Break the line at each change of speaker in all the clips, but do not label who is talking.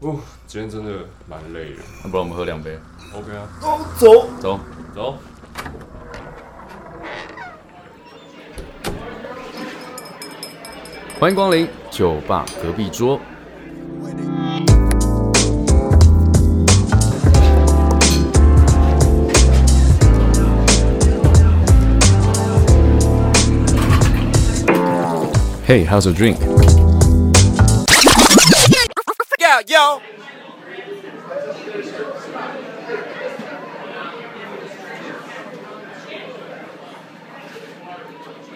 哦，今天真的蛮累的。
那不然我们喝两杯，
OK 啊，
走，
走。
走。
欢迎光临酒吧隔壁桌。Hey, how's your drink?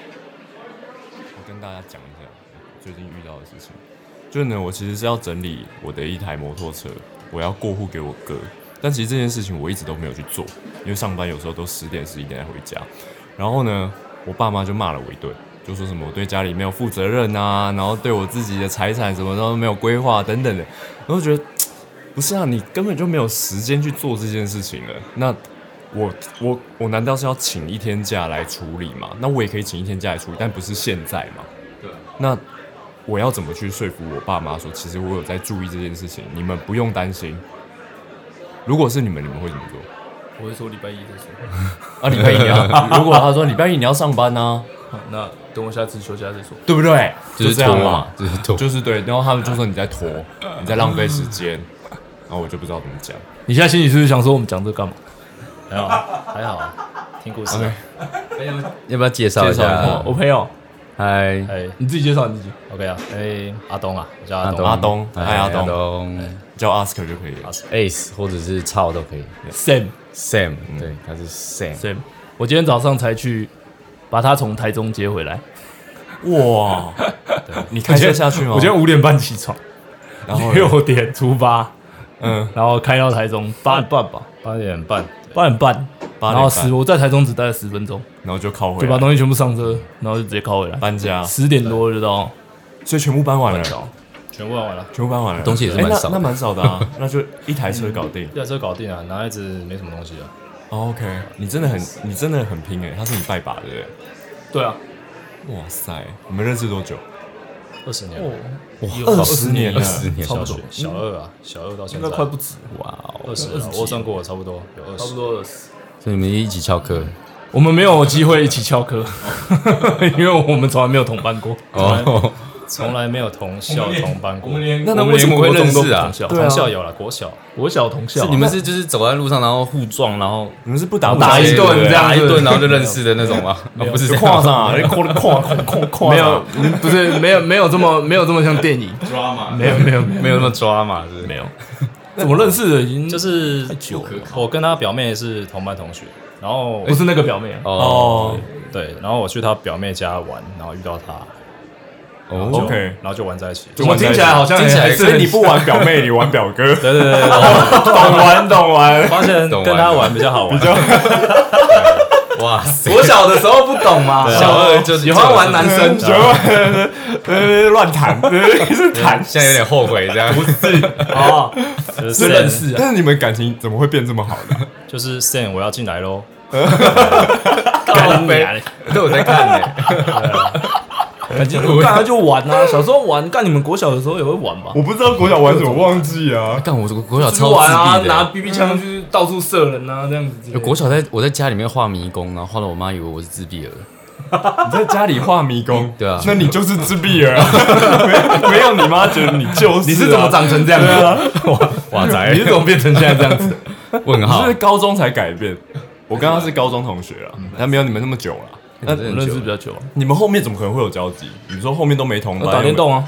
我跟大家讲一下我最近遇到的事情。就是呢，我其实是要整理我的一台摩托车，我要过户给我哥。但其实这件事情我一直都没有去做，因为上班有时候都十点十一点才回家。然后呢，我爸妈就骂了我一顿，就说什么我对家里没有负责任啊，然后对我自己的财产什么都没有规划等等的。然后觉得不是啊，你根本就没有时间去做这件事情了。那我我我难道是要请一天假来处理吗？那我也可以请一天假来处理，但不是现在嘛？对。那我要怎么去说服我爸妈说，其实我有在注意这件事情，你们不用担心。如果是你们，你们会怎么做？
我会说礼拜一再说。
啊，礼拜一 啊，如果他说礼拜一你要上班呢、
好那等我下次休假再说。
对不对？
就是
这样
拖
嘛
嘛，就是拖。
就是对。然后他们就说你在拖，你在浪费时间，
嗯
然后我就不知道怎么讲。
你现在心里是不是想说我们讲这干嘛？
还好啊，还好啊，听故事啊。
要不要介绍一
介绍一
下
下？
我朋友，
嗨，
哎
你自己介绍你自己。
，OK 啊，哎，阿东啊，我叫阿东
阿东
嗨
嗨阿东
东
叫 Oscar 就可以了。
，Ace 或者是超都可以。
Sam
Sam，对，他是 Sam。
Sam，我今天早上才去把他从台中接回来。
哇，你开车下去吗？
我今天五点半起床，
然后
六点出发，
嗯，
然后开到台中八点半吧，
八点半，
八点半。
八点半
然后十，我在台中只待了十分钟，
然后就靠回
就把
来啊
东西全部上车，然后就直接靠回来。
搬家，
十点多就到，
所以全部搬完了，
全部玩完了，
全部搬完了，
东西也是蛮
哎那
少的
那蛮少的啊， 那就一台车搞定。
啊这台车搞定了，男孩子没什么东西啊。
哦 OK，你真的很你真的很拼哎，他是你拜把的对
对啊，
不对？哇塞，你们认识多久？
二十年了，
哦
二十年了，
十年，
小学小二啊，小二到
嗯
现
应
在
该快不止，
哇哦！
二十了，我算过，差不多有二
差不
十。
多二十。
所以你们一起翘课
我们没有机会一起翘课， 因为我们从来没有同班过。
哦，
从来没有同校同班过，
那
那为什么会认识啊
同校？
对啊
同校有了，国小
国小同校啊，
是 你们是就是走在路上，然后互撞，然后
你们是不打不
打一顿这样
打一
子
顿，然后就认识的那种 吗？啊不是这样
跨上， 跨跨跨跨跨
没有，嗯不是没有没有这么没有这么像电影，没有没有没有
没有那么抓嘛，是
没有，怎么认识的？已经
就是是我跟他表妹是同班同学，然后
不是那个表妹啊？
哦
哦
对，然后我去他表妹家玩，然后遇到他，
哦，
，OK。
然后就玩在一起。
我听起来好像
听起来
还是
所以
很
你不玩表妹，你玩表哥，
对对对对，我
懂玩懂 玩。
发现
懂玩
跟他玩比较好玩，
哇塞，
国小的时候不懂嘛，
小二就
喜欢玩男生，
就就
呃，乱谈，一直谈。
现在有点后悔这样， 啊
哦，
就是
认识啊
但是你们感情怎么会变这么好呢？
就是 Sam 我要进来喽，
干你啊你
都有在看呢。
感觉我干他就玩啊，小时候玩，干你们国小的时候也会玩吧？
我不知道国小玩什么，忘记 啊。
干我国小
出去
超
玩啊，
自闭
拿
的。
BB 枪去到处射人啊，这样子之类的。
哎国小在我在家里面画迷宫，然后画的我妈以为我是自闭儿。
你在家里画迷宫，
对啊
那你就是自闭儿啊， 没没有你妈觉得你就是啊。
你是怎么长成这样
对
的？
啊？
哇
你是
塞，
怎么变成现在这样子？
问
你是
号
不是，高中才改变？我跟他是高中同学了，但没有你们那么久了。那
真的
我
很
认
久
识比较久啊，
你们后面怎么可能会有交集？你说后面都没同班，
打电动啊，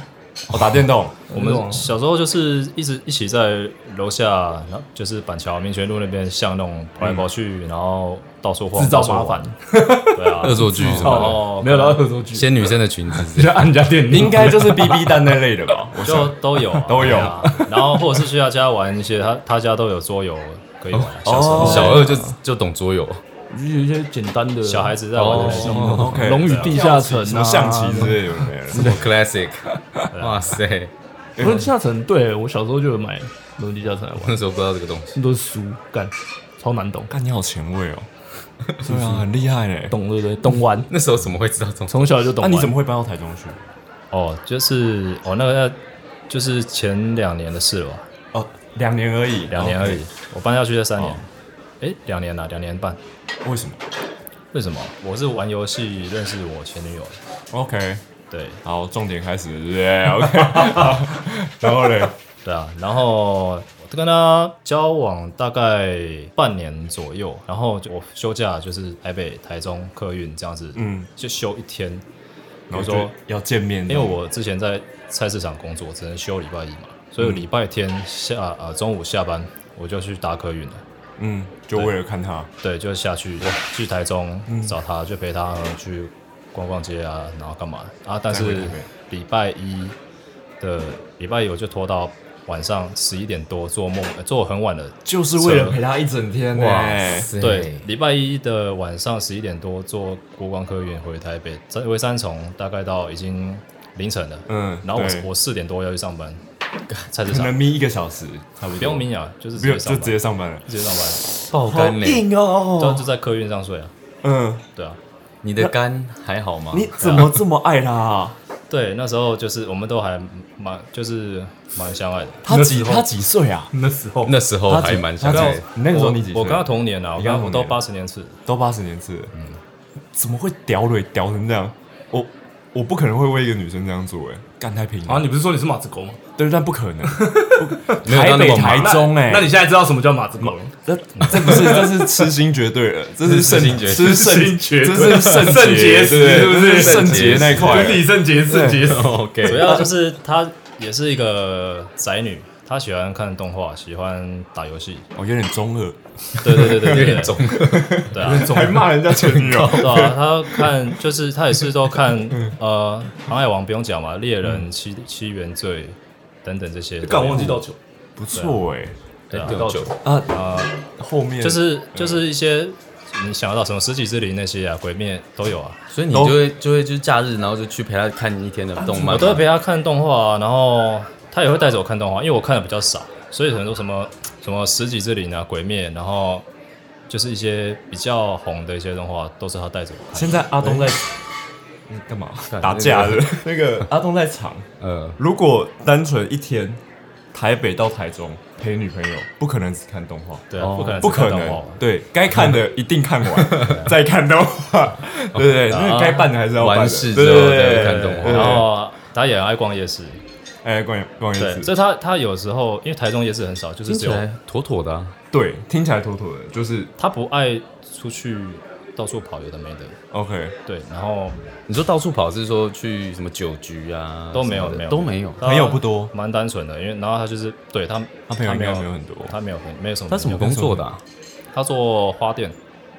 有没有， 哦，打电 动，
我
那种
们小时候就是一直一起在楼下，然后就是板桥民权路那边巷弄跑来跑去，然后到处晃，
制造
到处
麻
玩
烦，，
对 啊，
恶作剧什么
哦，没有到恶作剧，
的，
先
掀女生的裙子之类
就按人家电铃，
应该就是 BB 弹那类的吧？我
就
想，
都有啊
都有
对啊然后或者是去他家玩一些，他他家都有桌游可以玩啊，
哦
小时候
的，小二就就懂桌游，
有一些简单的
小孩子在玩的时 候，
哦，OK，
龙与地下城啊，
什么象棋之类的有没有？
什么 classic，哇塞，
龙与地下城，对我小时候就有买龙与地下城来
我
玩，
那时候不知道这个东西。
很多书干，超难懂，
看你好前卫哦， 对啊，很厉害嘞。
懂对不对？懂玩，
那时候怎么会知道这种？
从小就
那
懂玩。
啊你怎么会搬到台中去？
哦，就是哦那个就是前两年的事了吧，
两年而已，
两年而已。我搬下去这三年
哦，
哎，两年了，两年半。
为什么
为什么？我是玩游戏认识我前女友的。
？OK，
对
好，重点开始，对不对 ？OK，好然后嘞，
对啊，然后我跟她交往大概半年左右，然后就我休假就是台北、台中客运这样子，
嗯，
就休一天。比
然
如
后
说
就，要见面，
因为我之前在菜市场工作，只能休礼拜一嘛，所以礼拜天下呃中午下班我就去搭客运了。
嗯，就为了看他，
对，就下去哇去台中
嗯
找他，就陪他去逛逛街啊，然后干嘛啊？
再
但是
回台
礼拜一的礼拜一我就拖到晚上十一点多做梦，呃做很晚的。
就是
为了陪
他一整天
哇塞，
对，礼拜一的晚上十一点多坐国光科园回台北，在回三重大概到已经凌晨了。
嗯
然后
对
我我四点多要去上班， 菜市
可能
场
眯一个小时，差不多，
不用，明啊，就是
不
直
用
接
就
上
直接
班，
上班了，
直接上班，
爆肝嘞！
哦
然后就在客运上睡啊，
嗯，
对啊。
你的肝还好吗？
你怎么这么爱他啊？
对，那时候就是我们都还蛮就是蛮相爱的。
他几他几岁啊？
那时候
那时候还蛮想
他
的
几，你那个时候你几岁？
我跟他同年啊，我
你跟
跟
他
他
同嗯
我都
年
八十年次，
都八十年次了，怎么会屌蕊屌成这样？我我不可能会为一个女生这样做、欸，哎，干太平
啊，
了，
你不是说你是马子狗吗？
对，但不可能，
没有到
台
那
北
么
台
忙。
中、欸，哎，
那你现在知道什么叫马子狗了？
这这不是这是痴心绝对了，这是圣
痴心绝对
这是
痴
圣
心绝
这
对
是圣
圣
洁
洁石
对
是不是
这圣洁那一块
就是李
了，
圣杰，圣杰
OK，
哎
主要就是她也是一个宅女，她喜欢看动画，喜欢打游戏。
我哦有点中二，
对对对对对，
有点重，
对啊，
还骂人家前女哦友，
对啊，她看就是她也是都看
嗯
呃《航海王》不用讲嘛，《猎人》七七原罪等等这些。
干忘记倒酒，
不错哎、
对啊，
六九
啊啊，后面
就是就是一些你想得到什么《十几之灵》那些啊，《鬼灭》都有啊。
所以你就会就会就是假日，然后就去陪他看一天的动漫
我
吗。
都会陪他看动画、然后他也会带着我看动画，因为我看的比较少，所以很多什么什么十几之灵啊、鬼灭，然后就是一些比较红的一些动画，都是他带着我看。
现在阿东在嗯哎干嘛
干
打架的？那个阿东在场，
呃，
如果单纯一天台北到台中陪女朋友，不可能只看动画。
对啊，
哦
不可能
不
只
可
看动画
能
嘛，
对该看的一定看完，再看动画，对不对？因为该办的还是要办的，
完事
对
之后
对对
再看动画
对对
然后他也很爱逛夜市，
哎，逛夜逛夜
对，
市，
所以他他有时候因为台中夜市很少，就
听
是只
起
有
来妥妥的啊。
对，听起来妥妥的，就是
他不爱出去到处跑，有的没的，
OK，
对，然后
你说到处跑是说去什么酒局啊？
都没有
什么的
没有
都没有。
他
朋友不多
蛮单纯的，因为然后他就是对他
他朋友应
没
该
有
没有很多
他没有朋友没有什么
他什么
朋友
工作的啊？
他做花店。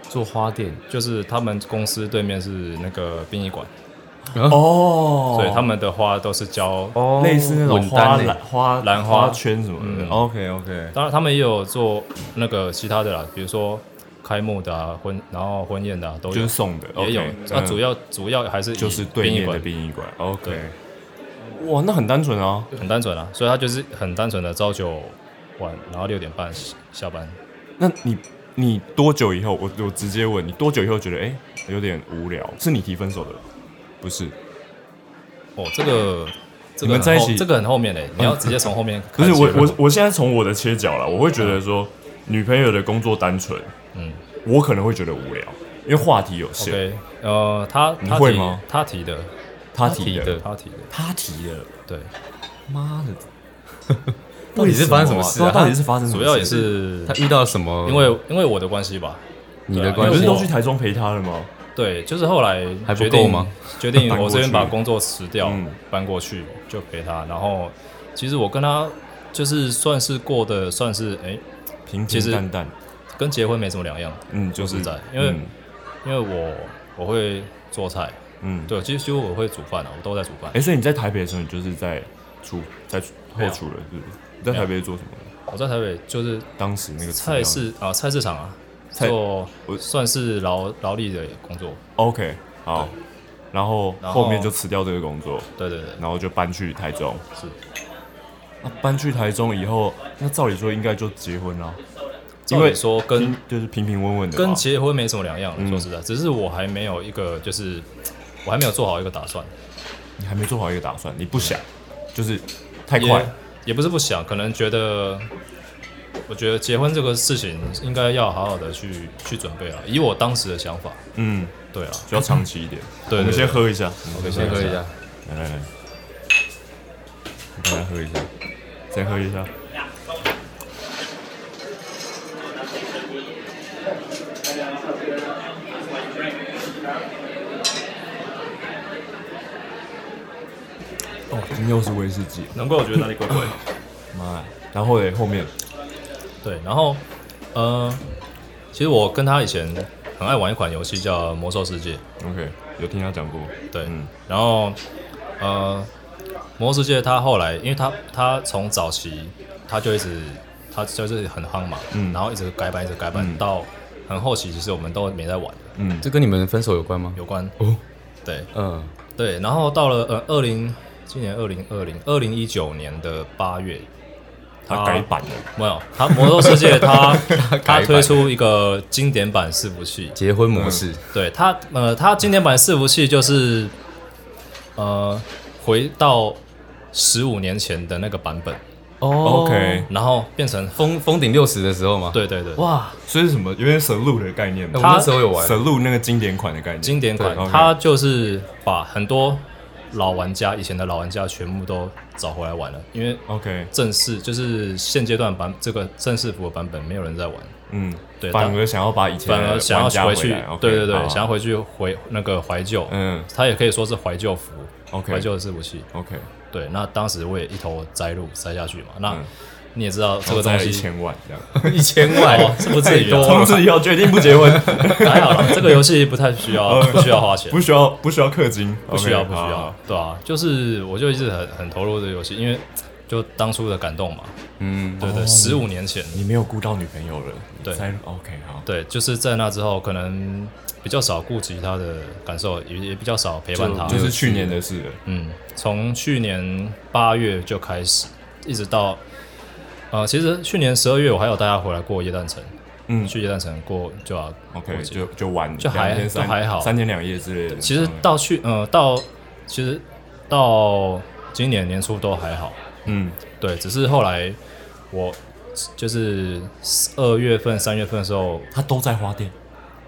做花店。
就是他们公司对面是那个殡仪馆，
哦
所以他们的花都是交。
哦
类似那种花
欸
篮花
兰花
圈什么的
嗯
，OK OK，
当然，他们也有做那个其他的啦，比如说开幕的啊，婚然后婚宴的、啊、都
就
有
是，送的
也有
OK，。
那
嗯
主要主要还是以
就是对面
殡仪
的
馆
殡仪馆，OK
对。
哇，那很单纯啊，
很单纯啊，所以他就是很单纯的朝九晚，然后六点半下下班。
那你你多久以后？我我直接问你，多久以后觉得哎、有点无聊？是你提分手的？不是，
哦，这个
你
这个
们
很
在一
后
起
这个很后面嘞、你要直接从后面
不
看
是
起
我
来。
我我现在从我的切角了，我会觉得说、女朋友的工作单纯，
嗯
我可能会觉得无聊，因为话题有限。
，OK，呃，他
你
他
会
提
吗
他提的，
他提的，
他提的，
他提的，
对，
妈的！
到底是发生什么事啊
到底是发生什么
主
事？
要也是
他遇到什么？
因为因为我的关系吧，
你的
对啊
关
你不
系
是
因为
都去台中陪他了吗？
对，就是后来
还不
决定
够吗？
决定我这边把
搬过去
工作辞掉
嗯，
搬过去就陪他。然后其实我跟他就是算是过的，算是哎、
平
其
平
实
淡淡，
跟结婚没什么两样，
嗯，就是
是在因为
嗯
因为我我会做菜，
嗯，
对，其实几乎我会煮饭啊，我都在煮饭
哎、。所以你在台北的时候，你就是在厨在后
没有
厨了，是不是？你在台北是做什么的？
我在台北就是
当时那个资料
菜市啊菜市场啊，
菜
做
我
算是劳劳力的工作，
OK，好，然后
然
后面
后
就辞掉这个工作，
对对对，
然后就搬去台中。
是
那搬去台中以后，那照理说应该就结婚啦，因
照
为
理说跟
就是平平稳稳的嘛。
跟结婚没什么两样，说实在，只是我还没有一个就是我还没有做好一个打算，
你还没做好一个打算，你不想，就是太快
也，也不是不想，可能觉得我觉得结婚这个事情应该要好好的去去准备了。以我当时的想法，
嗯，
对啊，
需要长期一点。
对
我们
对
先
对
喝一下，
我可以
先喝一
下
下。。
来来来，大家喝一下，再喝一下。哦，今天又是威士忌，
难怪我觉得哪里怪怪的。
妈呀！哎然后嘞，后面
对，然后呃，其实我跟他以前很爱玩一款游戏叫《魔兽世界》，
OK 有听他讲过，
对，
嗯
然后呃，魔兽世界它后来，因为它它从早期它就一直它就是很夯嘛，
嗯
然后一直改版一直改版、
嗯
到很后期，其实我们都没在玩
嗯，
这跟你们分手有关吗？
有关，
哦，
对
嗯，
对，然后到了呃二零今年二零二零二零一九年的八月，
他
啊
改版了，
没有，它魔兽世界它它
改版
推出一个经典版伺服器，
结婚模式，
对它，呃，它经典版伺服器就是，呃，回到十五年前的那个版本，
哦
OK
然后变成，
封封顶六十的时候吗？，
对对对，
哇，
所以是什么有点 salute 的概念
哎我
嘛
那时候有玩，
，salute 那个经典款的概念，
经典款
对，，OK
它就是把很多老玩家以前的老玩家全部都找回来玩了，因为
OK，
正式就是现阶段版这个正式服的版本没有人在玩，
嗯，
对
反
但
而想要把以前
反
的
而想要
玩家
回
来
去，
，OK，
对对对，
好
想要回去回那个怀旧，
嗯
它也可以说是怀旧服
OK
怀旧的伺服器。
，OK，
对，那当时我也一头栽入栽下去嘛。那
嗯
你也知道这个
再
东
来一
西，
千万这样，
一千万，
哦，这不至于 啊，
从 此以后决定不结婚，
还好啦，这个游戏不太需要，不需要花钱
哦不，需要不需要氪金，
不需要，
OK，
不需
好
要，，对啊，就是我就一直很很投入这个游戏，因为就当初的感动嘛，
嗯，
对对，十五年前，
你没有顾到女朋友了，你
对
才 OK 好，
对，就是在那之后，可能比较少顾及他的感受，也也比较少陪伴他，
就是去年的事了，
嗯，从去年八月就开始，一直到呃，其实去年十二月我还有带他回来过耶诞城，
嗯
去耶诞城过就啊要过
OK，
节
就就玩
就还
两天三
就还好
三天两夜之类的。嗯
其实到去呃到其实到今年年初都还好，
嗯
对，只是后来我就是二月份三月份的时候，
他都在花店，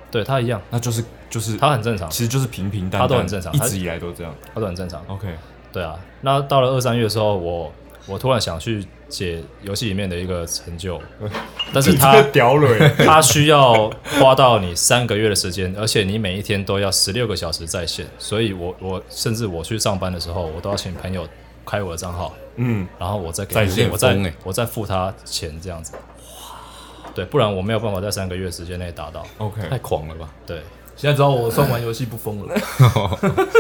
对他一样，
那就是就是
他很正常，
其实就是平平淡淡，
他都很正常
一
他
直以来都这样。
他都很正常，
OK，
对啊。那到了二三月的时候，我我突然想去解游戏里面的一个成就，但是 他
这个屌了
它需要花到你三个月的时间，而且你每一天都要十六个小时在线，所以我我甚至我去上班的时候，我都要请朋友开我的账号，
嗯，
然后我再给
在
他
线
我再、
疯欸
我再付他钱这样子。对，不然我没有办法在三个月时间内达到。
太
OK，
狂了吧？
对，
现在知道我算玩游戏不疯 了，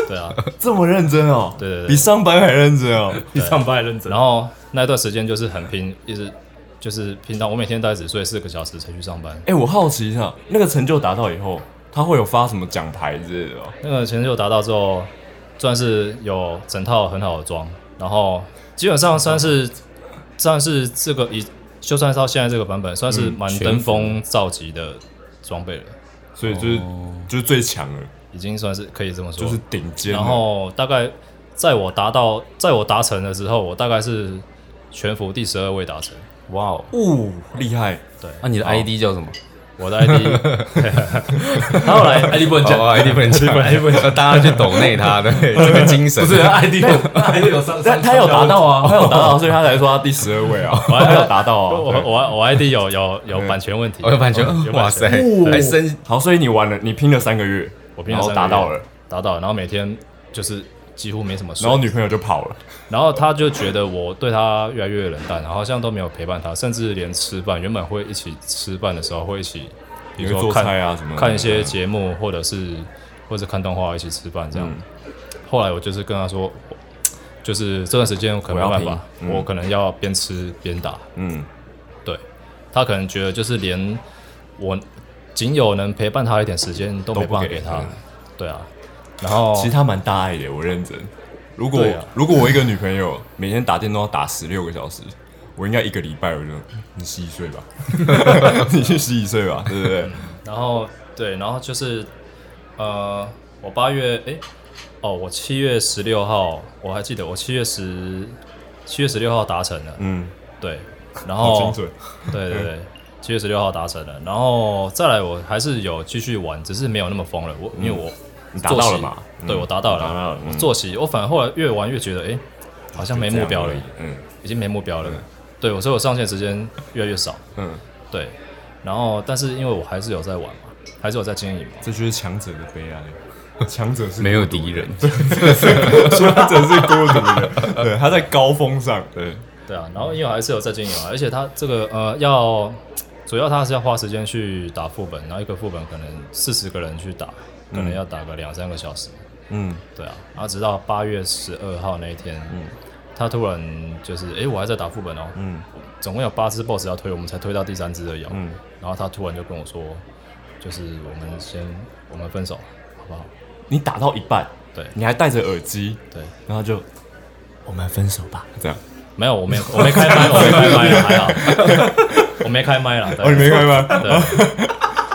对啊，
这么认真哦，
对对对
比上班还认真哦。
比上班还认真。
然后那段时间就是很拼，一直就是拼到我每天大概只睡四个小时才去上班。
哎，我好奇一下，那个成就达到以后，他会有发什么奖牌之类的哦？
那个成就达到之后，算是有整套很好的装，然后基本上算是
嗯
算是这个以就算是到现在这个版本，算
嗯
是蛮登峰造极的装备了，
所以就是
哦
就是最强了，
已经算是可以这么说。
就是顶尖了。
然后大概在我达到在我达成了之后，我大概是全服第十二位达成。
哇哦，
哦，厉害，
对，
啊那你的 ID 叫什么？
我 的 ID，他后来 ID 不能
哦，ID 不能 讲，ID 不能讲， 大家去抖内他 的这个精神，
不是 ID 有 ID 有上，
但他有达到啊，他有达到，所以他才说他第十二位 啊，他有达到
我
啊。
我我 ID 有有有版权问题，
哦我有版权哦
有，
哇塞，还升
哦好，所以你玩了，你拼了三个月，
我平
然
常
后达到了，，
达到了，然后每天就是几乎没什么睡，
然后女朋友就跑了。
然后他就觉得我对他越来越冷淡，然后好像都没有陪伴他，甚至连吃饭，原本会一起吃饭的时候会一起，
你
比
会
如说
做
看
菜啊什么的
看一些节目，或者是或者看动画一起吃饭这样。
嗯
后来我就是跟他说，我就是这段时间我可能没
我要
办
陪
法，
你嗯
我可能要边吃边打，
嗯，
对他可能觉得就是连我仅有能陪伴他一点时间都没办法给
都
他
不给，
对啊，然后
其实他蛮大爱的，我认真。如果
对啊
如果我一个女朋友每天打电动要打十六个小时，我应该一个礼拜我就你洗一睡 吧，你去洗一睡吧，对不对？
然后对，然后就是呃，我八月诶，哦，我七月十六号，我还记得我七月十七月十六号达成了，
嗯，
对，然
好
后
精准，
对对对，七月十六号达成了，然后再来我还是有继续玩，只是没有那么疯了。我因为我
嗯你达
作息、
到了嘛？
对
嗯
我达到
达到
了
了，
我
嗯
作息我反而后来越玩越觉得，哎、好像没目标了
这样，而已嗯
已经没目标了。对，我所以我上线时间越来越少。
嗯，
对，然后但是因为我还是有在玩嘛，还是有在经营嘛。
这就是强者的悲哀。强者 是
没有敌人，
强者是孤独的，对，他在高峰上，对，
对啊，然后因为我还是有在经营嘛，而且它这个呃要主要它是要花时间去打副本，然后一个副本可能四十个人去打，可能要打个两三个小时。
嗯，
对啊，然后直到八月十二号那一天，嗯，他突然就是，诶，我还在打副本哦，嗯，总共有八只 BOSS 要推，我们才推到第三只而已、哦，嗯，然后他突然就跟我说，就是我们先我们分手，好不好？
你打到一半，
对
你还戴着耳机，
对，
然后就我们分手 吧，这样。
没有，我没有，我没开麦，我没开麦了，还好，我没开麦了，对
哦，你没开吗？
对，啊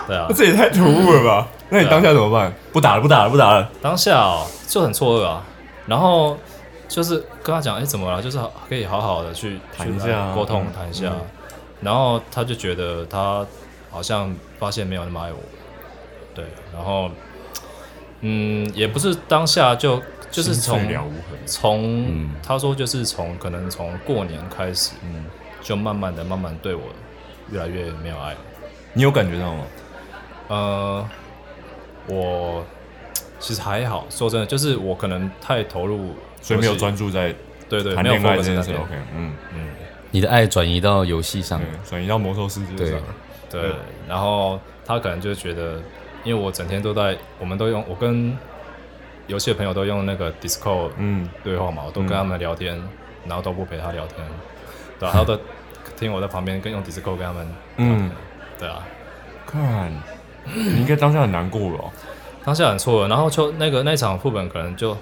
对啊，
这也太突兀了 吧？那你当下怎么办？不打了，不打了，不打了。
当下、哦、就很错愕啊，然后就是跟他讲，哎、怎么了？就是可以好好的去
谈一下啊
去沟通
嗯
谈一下，然后他就觉得他好像发现没有那么爱我，对，然后嗯，也不是当下就就是从
心碎了无嗯痕
从、他说就是从可能从过年开始，嗯，就慢慢的慢慢对我越来越没有爱了。
你有感觉到吗？
呃，我其实还好，说真的，就是我可能太投入游戏，
所以没有专注在
对对，
谈
没有
恋爱
focus
这件
在
事。
那边
OK，嗯，
你的爱转移到游戏上，
对，转移到魔兽世界上
对
了。
对，然后他可能就觉得，因为我整天都在，我们都用我跟游戏的朋友都用那个 Discord
嗯，
对话嘛，我都跟他们聊天，然后都不陪他聊天，对、啊，他都听我在旁边跟用 Discord 跟他们，
嗯，
对啊，
看，你应该当下很难过吧？
当下很错愕，然后就那个那场副本可能就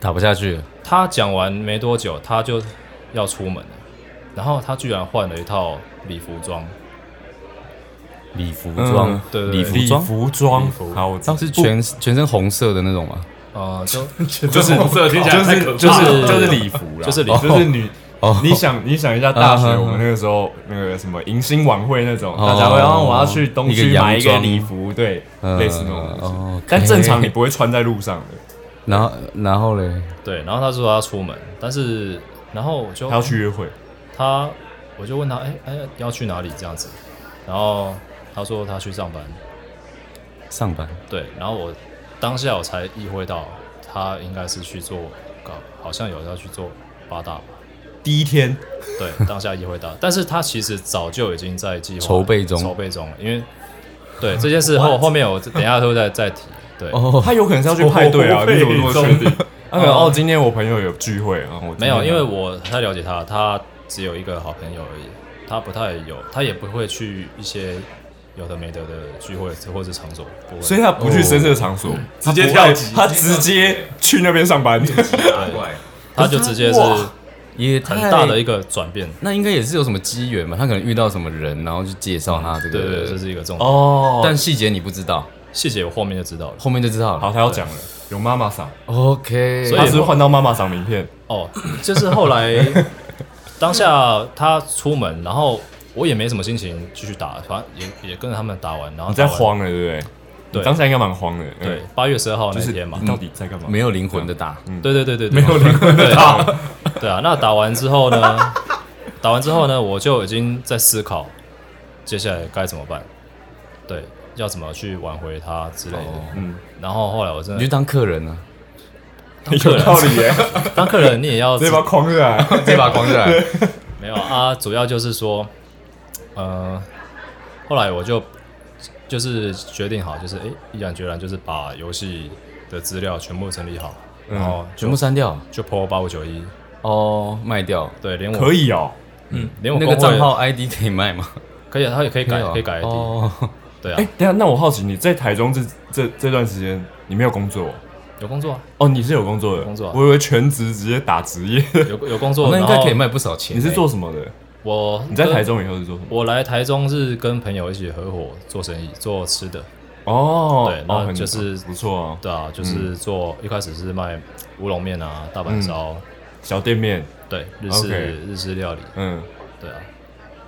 打不下去了，
他讲完没多久，他就要出门了，然后他居然换了一套礼服装，
礼服装
嗯，
对对对
礼服装，
服装
礼服
好，我知道
当时全全身红色的那种嘛，
呃， 就
就是
这听起来太可
就
怕了
是就是礼服啦，
就是礼服
就是你
哦。
你想你想一下，大学
嗯嗯嗯
我们那个时候那个什么迎新晚会那种，
哦
大家会，然后我要去东
一
区
个洋
买一个
装
礼服，对，
嗯
类似那种东
哦
西
，OK。
但正常你不会穿在路上的，
然后然后嘞，
对，然后他说他要出门，但是然后我就
他要去约会，
他我就问他，哎哎要去哪里这样子，然后他说他去上班，
上班
对，然后我当下我才意会到他应该是去做搞，好像有要去做八大吧，
第一天
对， 当下意会到，但是他其实早就已经在计划
筹备中
筹备中了，因为对 这件事后后面我等一下都会再再提，对。
哦，
他有可能是要去派对啊，
筹备
你怎么这么确定？他可能
嗯
哦，今天我朋友有聚会，然后我今
没
天
嗯
有，因为我不太了解他，他只有一个好朋友而已，他不太有，他也不会去一些有的没得的聚会或者场所，不会。
所以他不去深色场所，
哦
直接跳级
他直接去那边上班。
对，他就直接是
哇
也
很
太
大的一个转变。
那应该也是有什么机缘吧？他可能遇到什么人，然后就介绍他这
对对，
个，
对这是一个重点。
哦
但细节你不知道，
细节我后面就知道了。
后面就知道了。
好，他要讲了，有妈妈桑，
，OK，
所以
他只是换到妈妈桑名片，
哦，就是 后来当下他出门，然后我也没什么心情继续打，反正也也跟着他们打完，然后
你在
打完。
慌了，对不对？
对
你当下应该蛮慌的。嗯
对，，八月十二号
就
那
是
天嘛
你，到底在干嘛？
没有灵魂的打，
对对对对，没有灵魂的打。对啊，那打完之后呢？打完之后呢，我就已经在思考接下来该怎么办，对，要怎么去挽回他之类的。
嗯，
然后后来我真
你就
的
当客人啊，
当客
有道
人，
理 耶，
当客人你也要
直接把它框起 来。
这把光下来，
没有啊，主要就是说，呃，后来我就就是决定好，就是诶，毅然决然就是把游戏的资料全部整理好，然后
嗯全部删掉
就 PO 八五九一，
哦，卖掉。
对，连我
可以哦，
连我
那个
工会
账号 ID 可以卖吗？
可以啊，他也可以改，
啊
可以改 ID，
哦，
对啊
哎，，等一下，那我好奇你在台中这这这段时间，你没有工作哦？
有工作啊，
哦，你是有工作的，
有工作啊
我以为全职直接打职业。
有有工作，
哦那应
然
该
后
可以卖不少钱
你
欸。
是做什么的？
我
你在台
中，
中以后是做什么？
我来台中是跟朋友一起合伙做生意，做吃的，
哦，
对
哦
那
很
就是
不错啊，
对啊，
嗯
就是做一开始是卖乌龙面啊、大阪烧，
小店面，
对，日式
OK
日式料理，
嗯，
对啊，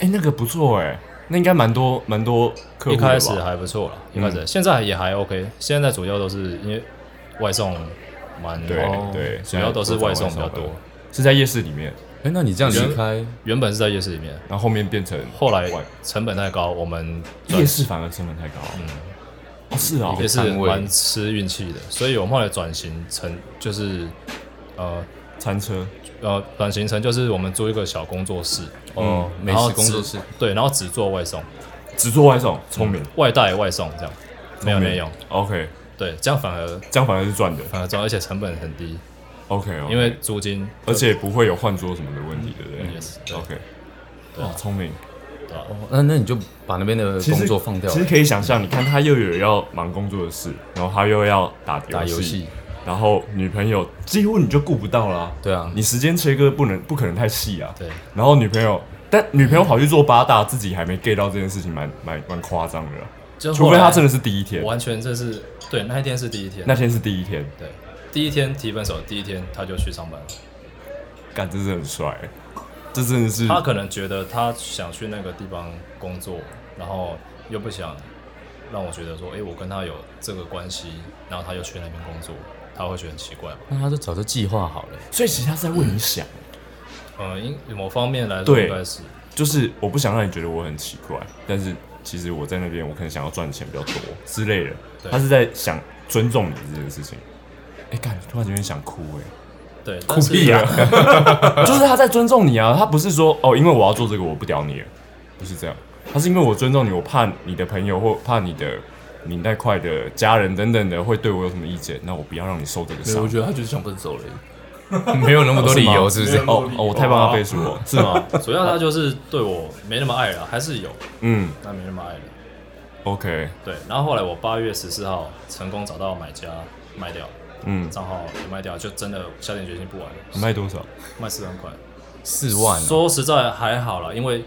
哎、那个不错哎、那应该蛮多蛮多客户
一
的吧
开始还不错了，一开始现在也还 OK，现在主要都是因为外送蛮
对
哦
对，
主要都是外送比较
现在
多
的，是在夜市里面，
哎、那你这样离开，
原本是在夜市里面，
然后后面变成
后来
外
成本太高，我们
夜市反而成本太高，嗯，哦是啊、
也是
摊位
蛮吃运气的，所以我们后来转型成就是呃
餐车
呃转型成就是我们租一个小工作室，
哦、美
然后
食
只
工作室，
对，然后只做外送，
只做外送，聪明、
外带外送这样，嗯没有内用，
o k
对，这样反而
这样反而是赚的
反而赚，而且成本很低，
，OK，, o k
因为租金，
而且不会有换桌什么的问题，对不对、
嗯，yes，对
o k
对
哦，聪明，
对吧？
哦那那你就把那边的
其实
工作放掉
其，实可以想象，你看他又有要忙工作的事，然后他又要打
打游戏，
然后女朋友几乎你就顾不到啦、
对啊，
你时间切割不能不可能太细啊。
对，
然后女朋友，但女朋友跑去做八大，自己还没 get 到这件事情，蛮蛮蛮夸张的啊、
就
除非她真的
是
是第一天，
完全这是对那一天是第一天，
那天是第一天，
对第一天提分手，第一天他就去上班了，
干，这真的很帅欸、这真的是
他可能觉得他想去那个地方工作，然后又不想让我觉得说，哎、我跟他有这个关系，然后他又去那边工作，他会觉得很奇怪吧？
那他就早就计划好了，
所以其实他是在为你想，
呃，因某方面来说
对
应该是
就是我不想让你觉得我很奇怪，但是其实我在那边，我可能想要赚钱比较多之类的。
对
他是在想尊重你这件事情。哎、干，突然有点想哭哎、
对，
酷
但是
毙啊！ 就是他在尊重你啊，他不是说哦，因为我要做这个，我不屌你了，不是这样，他是因为我尊重你，我怕你的朋友或怕你的你那块的家人等等的会对我有什么意见，那我不要让你受这个
没有，
伤
我。觉得他就是想分手了。
没有那么多理由，是不是？哦
哦哦，我太帮他背书了，
是吗？主要他就是对我没那么爱了，还是有，
嗯
但没那么爱了。
，OK，
对，然后后来我八月十四号成功找到买家卖掉，
嗯，
账号也卖掉，就真的下定决心不玩了，
你卖多少？
卖四万块。
四万、啊，
说实在还好啦，因为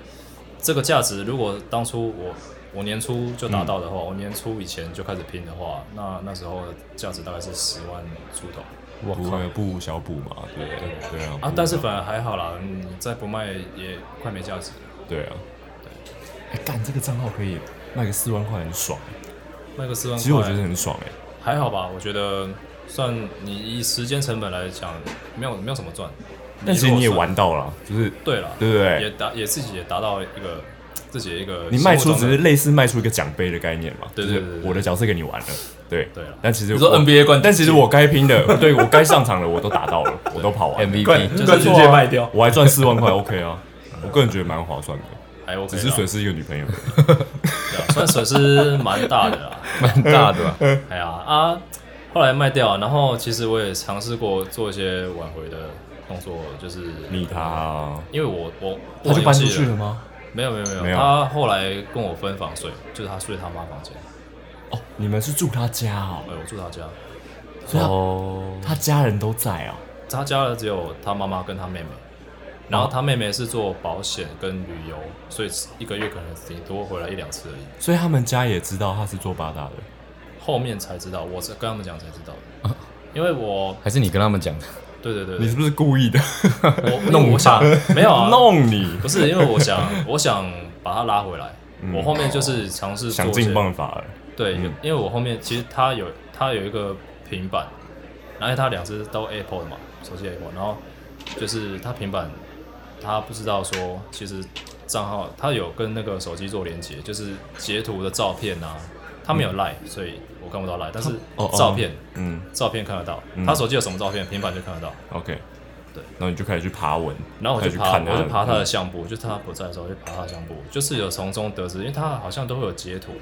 这个价值如果当初我我年初就达到的
嗯
话，我年初以前就开始拼的话，那那时候的价值大概是十万出头
我靠，不无小啊补嘛，对对对啊，
啊，但是反而还好啦，你再不卖也快没价值了，
对啊，哎，干这个账号可以卖个四万块，很爽。
卖个四万块，
其实我觉得很爽哎，
还好吧，我觉得算你以时间成本来讲，没有没有什么赚，
但其实你也
如果算
玩到了，就是
对了，
对不对？
也达也自己也达到一个自己的一个
你卖出
心目中
只是
的
类似卖出一个奖杯的概念嘛，
对
就是
对对对
我的角色给你玩了，对
对啊
但其实
你说
我
NBA 冠军
但其实我该拼 的，对我该上场的我都打到了，我都跑完了，
MVP，
就是
冠军直接卖掉，
我还赚四万块，OK 啊，我个人觉得蛮划算的，
还 OK，
只
啦
是损失一个女朋友。
对啊算损失蛮大的啦。
蛮大的吧？
哎呀啊，后来卖掉，然后其实我也尝试过做一些挽回的动作，就是
你他啊
因为我我
他就搬出去了
了，
吗？
没有没有没有，
没有
他后来跟我分房睡，就是他睡他妈房间，
哦，你们是住他家哦
哎，，我住他家，
所以
哦，
他他家人都在哦。
他家的只有他妈妈跟他妹妹，然后他妹妹是做保险跟旅游，所以一个月可能顶多回来一两次而已。
所以他们家也知道他是做八大的，
后面才知道，我是跟他们讲才知道的，因为我
还是你跟他们讲的，
对对对
啊你
对，
是不是故意的
我弄我想没有啊，
弄你？
不是因为我想我想把他拉回来，我后面就是尝试做
嗯想
一些
尽办法了，
对，
嗯
因为我后面其实他有他有一个平板，然后他两只都 Apple 的嘛，手机 Apple，然后就是他平板他不知道说其实账号他有跟那个手机做连接，就是截图的照片啊，他没有 Line，、所以我看不到 Line，但是
嗯哦哦
照片、
嗯
照片看得到，他手机有什么照片，平板就看得到。
，OK，
对，
然后你就开始去爬文，
然后我
开
就
始去
爬，
看嗯
我就爬他
的
的相簿，就他不在的时候我就爬他的相簿，就是有从中得知，因为他好像都会有截图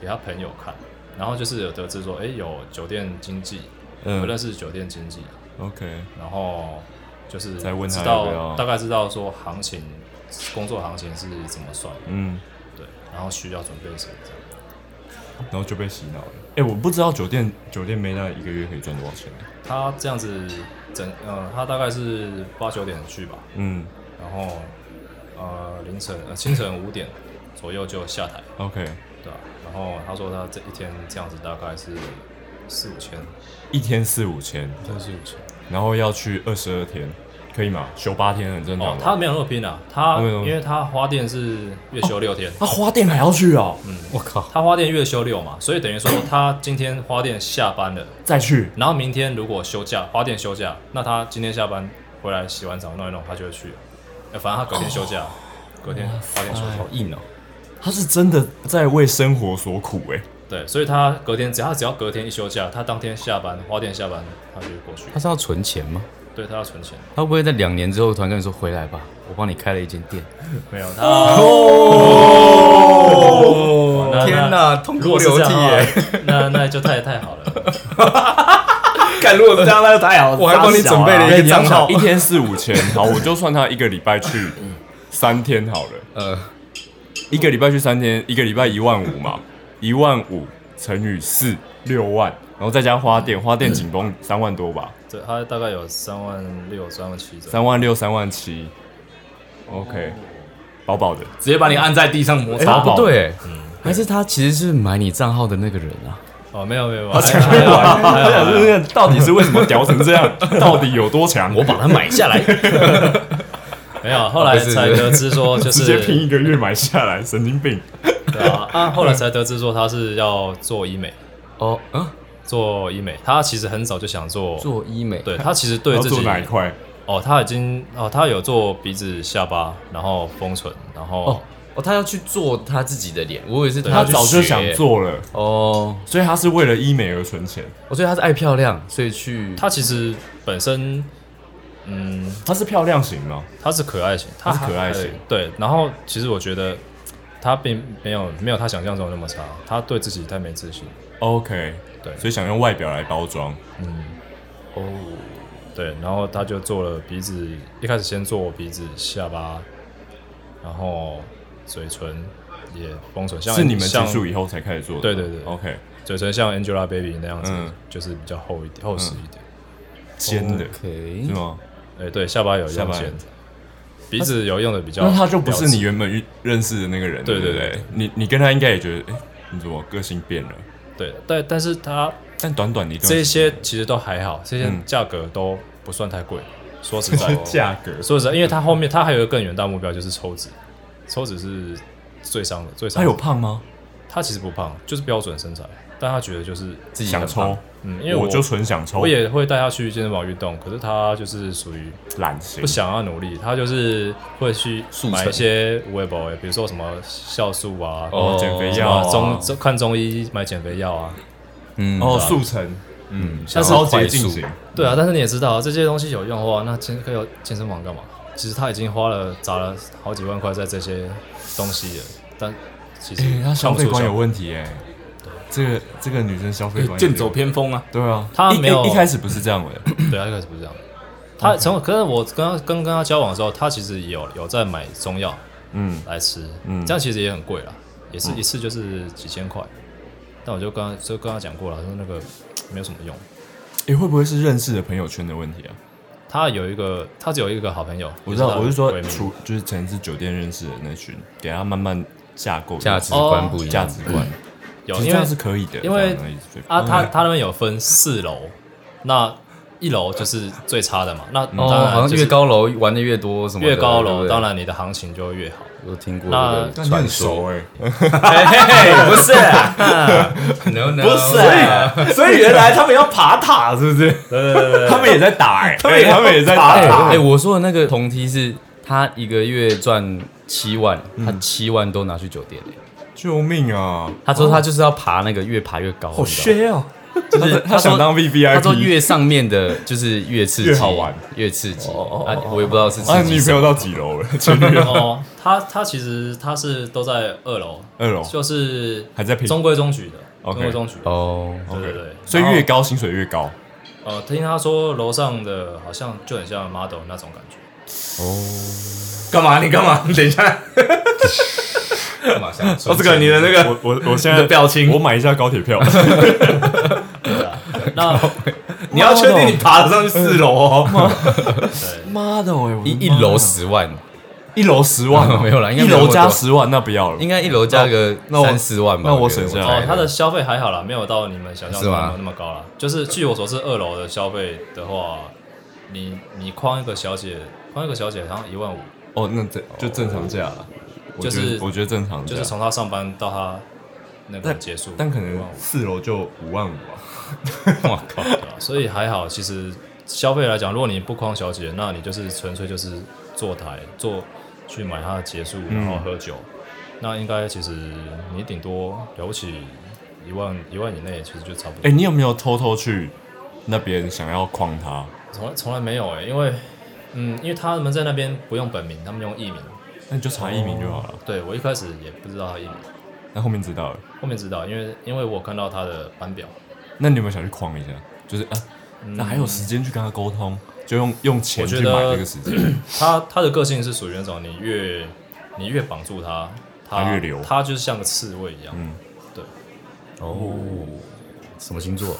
给他朋友看，然后就是有得知说，哎，有酒店经纪，
嗯
我认识酒店经纪，
OK，
然后就是
再问他
知
要不要
道大概知道说行情，工作行情是怎么算，
嗯，
对，然后需要准备什么这样。
然后就被洗脑了。哎、我不知道酒店酒店妹那一个月可以赚多少钱、
他这样子整，呃，他大概是八九点去吧，
嗯
然后呃凌晨呃清晨五点左右就下台。
，OK，
对啊，然后他说他这一天这样子大概是四五千，
一天四五千，
一天四五千，
然后要去二十二天，可以吗？休八天很正
哦
常，吧。
他没有那么拼啊，他
他没有那么
因为他花店是月休六天，
他花店还要去哦，
我靠，
他花店月休六嘛，所以等于说他今天花店下班了，
再去
然后明天如果休假，花店休假，那他今天下班回来洗完澡弄一弄，他就会去了。哎反正他隔天休假，隔天花店休假，
好硬哦！
他是真的在为生活所苦哎、
对，所以他隔天只要他只要隔天一休假，他当天下班，花店下班，他就过去。
他是要存钱吗？
对他要存钱，
他会不会在两年之后突然跟你说回来吧，我帮你开了一间店？
没有他。哦
天哪痛哭流涕耶！
那那就太太好了。
看，如果是这样，那就太好了。
我还帮你准备了
哎
一个账号
一天四五千，好，我就算他一个礼拜去三天好了，
呃，
一个礼拜去三天，一个礼拜一万五嘛，一万五乘以四六万，然后再加花店，花店紧绷三万多吧，
对，他大概有三万六、三万七左右。
三万六三万七，OK，饱饱的，
直接把你按在地上摩
啊
擦
不
爆。
对，还是他其实是买你账号的那个人啊？
哦，没有没有，
他讲不完，他 讲这个啊到底是为什 么屌成这样，到底有多强？我把
他买下来，
没有，后
哦
来
不是
才得知说，就
直接拼
是
一个月买下来，神经病。
对啊，啊，后来才得知说他是要做医美，
哦，啊，
做医美，他其实很早就想做，
做医美，
对他其实对
要
自
做
己
哪一块？
哦，他已经哦，他有做鼻子、下巴，然后丰唇，然后、
哦哦，他要去做他自己的脸，我以为是
对
他
要去
早就
学
想做了，
哦，
所以他是为了医美而存钱。
我觉得他是爱漂亮，所以去
他其实本身，嗯，
他是漂亮型吗？
他是可爱型，他
他是可爱型
对。然后其实我觉得他并没有没有他想象中那么差，他对自己太没自信，
OK，
对
所以想用外表来包装。
对。然后他就做了鼻子，一开始先做鼻子、下巴，然后嘴唇也丰唇，像
是你们结
像
束以后才开始做的？
对对对
OK，
嘴唇像 Angelababy 那样子，
嗯
就是比较厚一点、厚实一点。嗯
尖的
OK，
是吗？
哎、对，下巴有
下
用
巴
剪，鼻子有用的比较了
那
解，
他就不是你原本遇认识的那个人，
对
对
对
不
对
对。你你跟他应该也觉得，哎，你怎么个性变了？
对，但但是他
但短短的一段
这
时间
些其实都还好，这些
嗯，
价格都不算太贵。说实在
价格，
说实在，因为他后面他还有一个更远大目标就是抽脂，抽脂是最伤的，最伤
他
的。
有胖吗？
他其实不胖，就是标准身材，但他觉得就是
自己
想
很
抽
棒，，
嗯，因为我
就纯想抽，
我也会带他去健身房运动，可是他就是属于
懒型
不，想要努力，他就是会去
速
买
成
一些微博，比如说什么酵素啊，
哦，减肥
什
药
么
啊
中中看中医买减肥药啊，
嗯，
哦，速成，
嗯，
但
想
是
要
超
快
捷
速
径型，
对啊，但是你也知道这些东西有用的话，那健可以有健身房干嘛？其实他已经花了砸了好几万块在这些东西了，但其实
哎，他消
看不
费
出
观
效
有
果
问题哎，这个这个女生消费观有
剑
点
走偏锋啊！
对啊，
他
一
没有
一一开始不是这样的，
对啊，一开始不是这样。他从可是我跟他跟跟他交往的时候，他其实有有在买中药
嗯，
来吃，
嗯
这样其实也很贵啦，也是一次就是几千块。但我就跟他就跟他讲过了，说那个没有什么用。
诶，会不会是认识的朋友圈的问题啊？
他有一个，他只有一个好朋友，
我知道，我是说
闺，蜜
除就是前次酒店认识的那群，给他慢慢架构
价值
哦
观不一样，
价值观，
有，
其实
因
这
为
样是可以的，
因为
这样的意思对
啊，他他那边有分四楼，那一楼就是最差的嘛。那嗯当
哦，好
然
像
就是
越高楼玩的越多，什么的
越高
对
楼，
不对
当然你的行情就会越好。
有听过
那
这个传说，
哎，
不是，
no no，
不是，所以原来他们要爬塔，是不是？
他们也在打哎，
们也
哎他们也在
打
打，
哎、我说的那个同梯是他一个月赚七万，
嗯
他七万都拿去酒店、欸
救命啊！
他说
哦
他就是要爬那个越爬越高，
好
你知道吗
削哦！
就是
他想当 V V
他
I
说
P，
越上面的就是越刺激，
越好玩，
越刺激。啊，我也不知道是
啊，
刺
你
激
女
什
朋
么。
友到几楼 了？前女友
哦，他他其实他是都在二楼，
二楼
就是
还在拼
中规中矩的，中
OK
规中矩。
哦，
对对对，
所以越高薪水越高，
然后呃，听他说楼上的好像就很像 model 那种感觉。
干嘛？你干嘛？等一下，
干嘛想
哦，这个你的那个
我我我现
你
在
的表情
我买一下高铁票，
对啊， 那
哦
你要确定你爬得上去四楼哦。
对
妈的哎，
一一楼十万，
一楼十万哦
没有啦应该
一
没有那
楼
么
加
多
十万那不要了
应，该一楼加个
那我
三四万吧。
那我
觉得
省下来
哦
猜，
他的消费还好啦，没有到你们想象
是
中
吗
的那么高啦。就是据我所知，二楼的消费的话，你你框一个小姐，框一个小姐好像一万五，
哦，那这就正常价了。我
就
觉得
是
我觉得正常价，
就是从她上班到她那个结束，
但可能
15,000
四楼就五万五啊。
我靠，对啊所以还好，其实消费来讲，如果你不框小姐，那你就是纯粹就是坐台坐去买她的结束，然后喝酒，那应该其实你顶多了不起一万一万以内，其实就差不
哎、
多。
你有没有偷偷去那边想要框他？
从来从来没有哎、因为嗯，因为他们在那边不用本名，他们用艺名。
那你就查艺名就好了。
对我一开始也不知道他艺名，
哦那后面知道了，
后面知道，因为因为我看到他的班表，
那你有没有想去框一下？就是啊，那还有时间去跟他沟通，就用用钱
我
去
觉
买
得
这个时间。
他他的个性是属于那种你越你越绑住他，
他越流
他就是像个刺猬一样。
嗯
对，
哦，什么星座？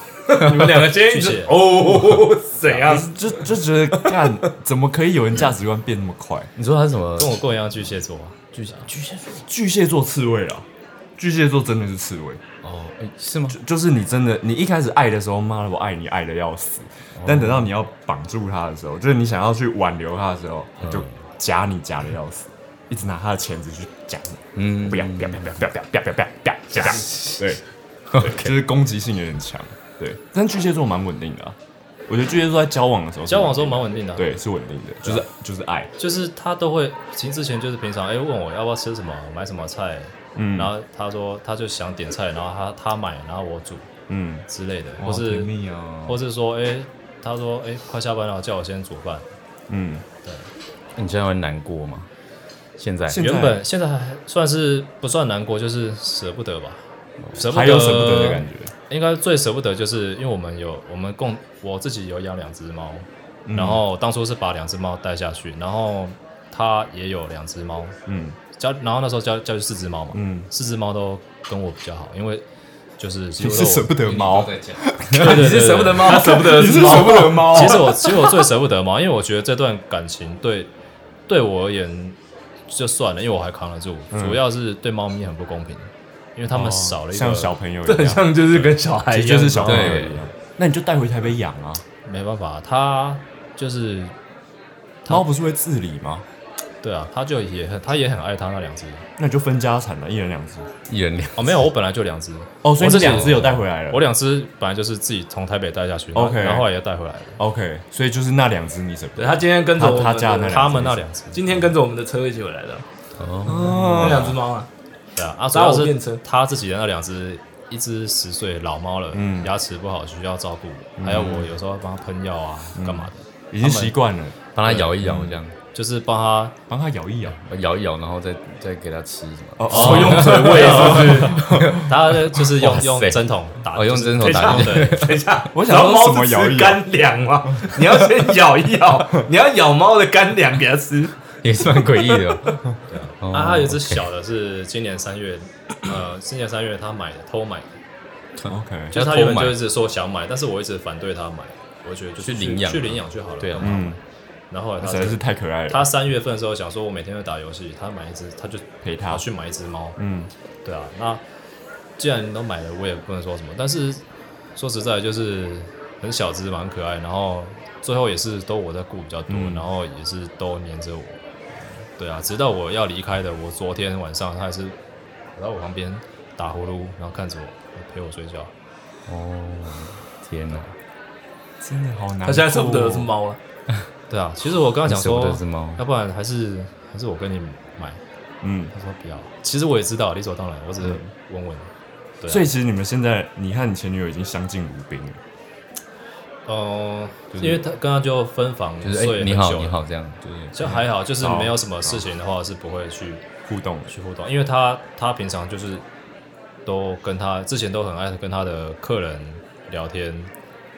你们两个今天
巨
就
蟹
哦，怎样？
就就觉得干， 怎么可以有人价值观变那么快？
你说他是什么？
跟我跟我一样巨蟹座啊，
巨蟹巨蟹座？
巨蟹座刺猬啦，巨蟹座真的是刺猬，
哦，哎，是吗？
就就是你真的，你一开始爱的时候，妈的，我爱你爱的要死，但等到你要绑住他的时候，就是你想要去挽留他的时候，他就夹你夹的要死，一直拿他的钳子去夹你，
嗯
不要不要不要不要不要不要不要不要不要夹，对，就是攻击性有点强，对，但巨蟹座蛮稳定的、啊，我觉得巨蟹座在交往的时候是
交往的时候
稳定
蛮稳定的、啊
的，对，是稳定的，就是就是爱，
就是他都会，其实之前就是平常哎、问我要不要吃什么，买什么菜，
嗯
然后他说他就想点菜，然后他他买，然后我煮
嗯，
之类的，
哇
或
好甜
是
蜜哦
或是说哎、他说哎、快下班了，叫我先煮饭。
嗯，
你现在会难过吗？现在
现在
原本现在还算是不算难过，就是舍不得吧，舍不
哦还
得，
有舍不得的感觉。
应该最舍不得就是因为我们有我们共我自己有养两只猫，
嗯
然后当初是把两只猫带下去，然后他也有两只猫，
嗯
家然后那时候家家就四只猫嘛，
嗯，
四只猫都跟我比较好，因为就是
你是舍不得猫，
得
你是舍不得猫，舍不得
你是舍不得猫，
其实我其实我最舍不得猫，因为我觉得这段感情对对我而言就算了，因为我还扛得住，
嗯哦
主要是对猫咪很不公平，因为他们少了一个、
像小朋友一
这很
样，
像就是跟小孩
其
一
实
样，
就是小朋友
对
一样。那你就带回台北养啊，
没办法，它就是
猫不是会自理吗？
对啊，它就也很它也很爱它那两只
那你就分家产了，一人两只。
一人两
哦，没有，我本来就两只，
哦，所以
我
你
自己
两只有带回来了。
我两只本来就是自己从台北带下去
OK
然后后来也带回来了，
OK，所以就是那两只你舍不
对
得。
他今天跟着
他
我们
他家的那
的，
两只
他们那两只
今天跟着我们的车一起回来的，
哦，
那
哦，
两只猫啊，
对啊，啊，主
搭
要
我便
是
车
他自己的那两只，一只十岁老猫了，
嗯
牙齿不好需要照顾，
嗯
还有我有时候帮它喷药啊，干嘛的，
已经习惯了，
帮他摇一摇
嗯
这样，
就是帮它
帮它咬一咬。
摇一摇，然后再再给他吃什么？
哦哦，用
对，我也是。
它就是
哇
用
塞
用针筒打，
哦，用
就是
针头
等一
打
下
进去。
对，
等一下，
我想
然后
说什
猫
么
是
咬一
吃
咬
干粮吗？你要先咬一咬，你要咬猫的干粮给它吃。
也是蛮诡异 的哦。哦
啊，还有一只小的是今年三月，呃，今年三月他买的，偷买的，
哦 OK，
就是
要
他
偷
原本
买
就一直说想买，但是我一直反对他买，我觉得就
去领养
去
啊
领养就好了，
对啊
干嘛
嗯，
然后后来
实
他
在
就是
太可爱了。
他三月份的时候想说，我每天都打游戏，他买一只，他就
陪他
他去买一只猫，
嗯，
对啊，那既然你都买了，我也不能说什么。但是说实在，就是很小只，蛮可爱。然后最后也是都我在顾比较多，
嗯
然后也是都黏着我。对啊，直到我要离开的，我昨天晚上他还是跑到我旁边打呼噜，然后看着我陪我睡觉。
哦，天哪！
真的好难过。
他现在舍不得的是猫了，
对啊，其实我刚刚想
舍不
说
得，是猫。
要不然还是还是我跟你买。
嗯，
他说不要，其实我也知道，理所当然，我只是问问。对啊
所以其实你们现在，你和你前女友已经相敬如宾了。
哦、
就是
因为他刚刚就分房
就是哎、
睡
你
很
好，
久
你
了，
好，这样
就
对，
还好，就是没有什么事情的话是不会去
互动
去互动，因为他他平常就是都跟他之前都很爱跟他的客人聊天，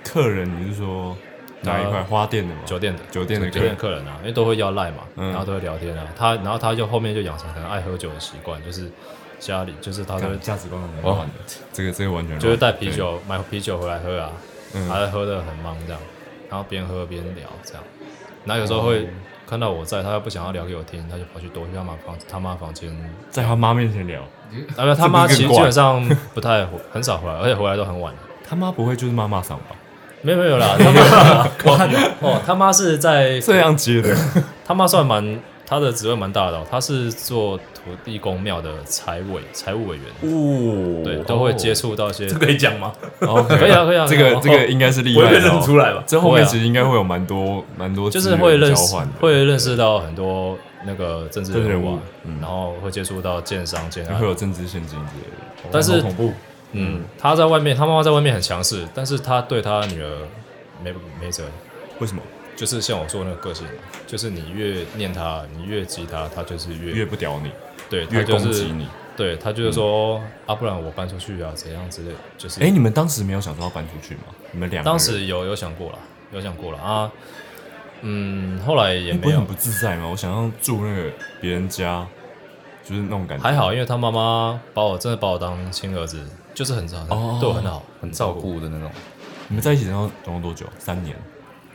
客人，你是说哪一块
呃
花店的吗？
酒店的
酒店的
酒
客
店
人，
客人啊，因为都会要赖嘛，
嗯
然后都会聊天啊，他然后他就后面就养成很爱喝酒的习惯，就是家里就是他都会
干价值观很乱的，这个这个完全乱
哦就是带啤，酒买啤酒回来喝
对
啊，
哦嗯，
还喝的很忙这样，然后边喝边聊这样，然后有时
哦
候会看到我在，他又不想要聊给我听，他就跑去躲去他妈房他妈房间，
在他妈面前聊，
啊没有他
这
妈
不是
其
更
实
怪
基本上不太回很少回来，而且回来都很晚了，
他妈不会就是妈妈桑吧？
没有没有啦，他 妈哦他妈是在
这样接的，
他妈算蛮他的职位蛮大的、哦，他是做土地公庙的财委财务委员，
哦，
对，都会接触到一些
这可以讲吗？
哦，可
可以啊可以 啊
这
可以
个
啊
这个应该是例
不会
外
被
的
认出
哦。
来吧？
这后
会
面
啊
其实应该会有蛮多蛮多
就是
资源
会认
交
识
换的，
会认识到很多那个政治
政治人
人物
物嗯
啊，然后会接触到建商、建
会
安。
有政治现金之类的。
但是
哦好恐怖，
嗯，他在外面，他妈妈在外面很强势，但是他对他女儿没没辙，
为什么
就是像我说的那个个性，就是你越念他，你越激他，他就是越
越不屌
啊
你，
对，他
越
就
攻
是
击你？嗯
对他就是说、啊，不然我搬出去啊，怎样之类的，就是
哎，你们当时没有想说要搬出去吗？你们两个人
当时有有想过了，有想过了啊，嗯，后来也
哎你不
没
会
有
很，不自在吗？我想要住那个别人家，就是那种感觉。
还好，因为他妈妈把我真的把我当亲儿子，就是很很、
哦
对我很好，
很照。顾的那种。
你们在一起然后总共多久？三年，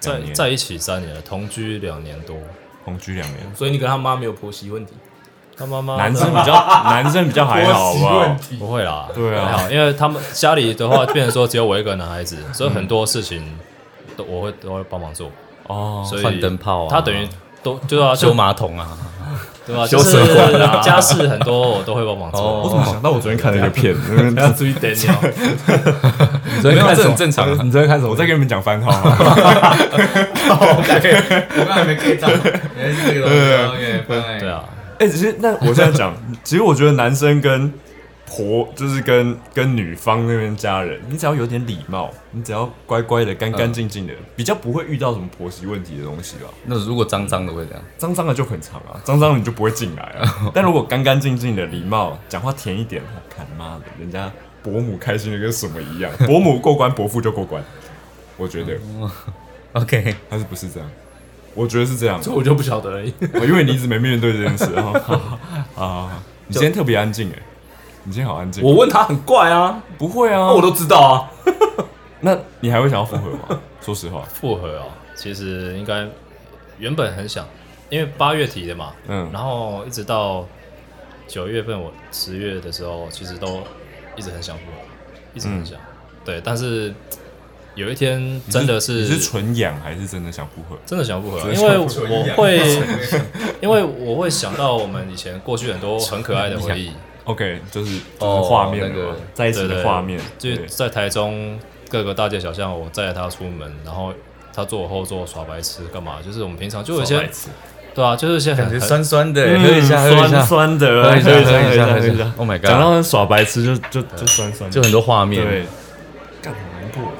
在
两年
在一起三年了，同居两年多，
同居两年。
所以你跟他妈没有婆媳问题，
他妈妈
男生比较男生比较还好
婆媳 问
吧？
题
不会啦，
对啊
还好，因为他们家里的话，变成说只有我一个男 孩子，所以很多事情都我会都会帮忙做，
哦，
所以
换灯泡啊
他等于都对啊，就
修马桶啊，
对吧？
修
就是
水管啊
家事很多我都会帮忙
哦
做。
我怎么想到我昨天看了一个 片？
要注意点哦。
所以看这很正常啊。
你昨天看什么？我在跟你们讲番号吗。
我刚才没 get 到，原来是这个东西。OK，拜拜。
对，啊，
哎，只是那我这样讲，其实我觉得男生跟婆就是跟跟女方那边家人，你只要有点礼貌，你只要乖乖的、干干净净的，比较不会遇到什么婆媳问题的东西吧。
那如果脏脏的会这样，
脏脏的就很长啊，脏脏的你就不会进来啊。但如果干干净净的、礼貌、讲话甜一点，我看妈的，人家伯母开心的跟什么一样，伯母过关，伯父就过关。我觉得
OK，
还是不是这样？我觉得是这样，
这我就不晓得了。
我因为你一直没面对这件事啊啊！你今天特别安静哎，你今天好安静。
我问他很怪啊，
不会啊，
那我都知道啊。
那你还会想要复合吗？说实话，
复合哦，其实应该原本很想，因为八月提的嘛，
嗯
然后一直到九月份，我十月的时候，其实都一直很想复合，一直很想，对，但是有一天真的是
你是纯痒还是真的想复合？
真的想不合啊，
真的
因
想
为
不
我会，因为我会想到我们以前过去很多很可爱的回忆，
OK，就是就是
哦
画面
那
了
个
嘛，在一起
对
的
对，
画面，
就是
对
在台中各个大街小巷，我载他出门，然后他坐我后座耍白痴干嘛？就是我们平常就有一
少来
些
一次
对啊，就是一些很
感觉
很
酸酸的，
嗯
喝一下，喝一下
酸，酸的，
喝一下
喝
喝一下
下，
喝一下
一
Oh my god
讲到耍白痴就就就酸酸的，
就很多画面。
对，干好难过。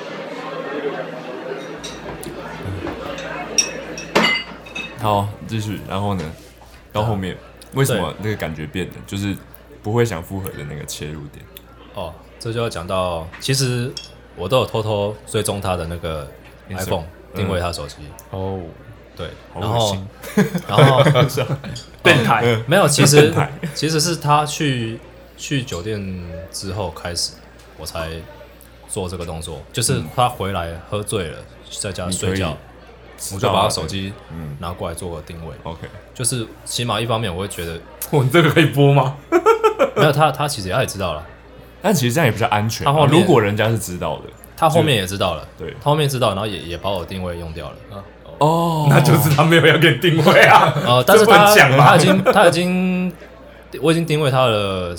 嗯好，继续。然后呢？到后面为什么那个感觉变了？就是不会想复合的那个切入点。
哦，这就要讲到，其实我都有偷偷追踪他的那个
Instagram，嗯
iPhone 定位他手机，
哦，
对，
好
然
恶
后
心，
然后哦
变态，
没有，其实
变态
其实是他去去酒店之后开始，我才做这个动作，就是他回来喝醉了，在家
你可以
睡觉，
知道
我就把
那
他
个
手机
嗯
拿过来做个定位，
OK，
就是起码一方面我会觉得，
我哦这个可以播吗？
没有他他其实他也知道了，
但其实这样也比较安全啊。
他后面
如果人家是知道的，
他后面也知道了，
对
他后面知道，然后也也把我定位用掉了。
哦，
那就是他没有要给你定位啊。
呃，但是
这不能
他
讲吧
他已经他已经，我已经定位他了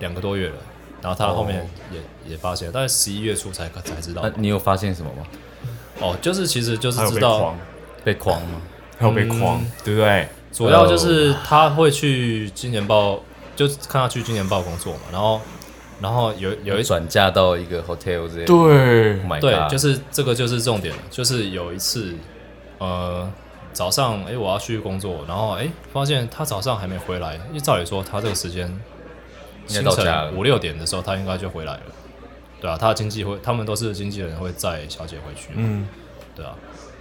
两个多月了，然后他后面也、也发现，大概十一月初才才知道
呃
那。啊你有发现什么吗？
哦，就是其实就是
还有
知
被
道嗯
框，，
被框吗？
还有被框，对不对？
主要就是他会去金钱豹，就是看他去金钱豹工作嘛，然后然后有有一种。
转嫁到一个 hotel 之类的。Oh
对，
my god！
对，就是这个就是重点了，就是有一次，呃，早上哎、诶我要去工作，然后哎、诶发现他早上还没回来，因为照理说他这个时间
应该
清
到家了
晨五六点的时候他应该就回来了，对啊，他的经纪会他们都是经纪人会载小姐回去，
嗯，
对啊，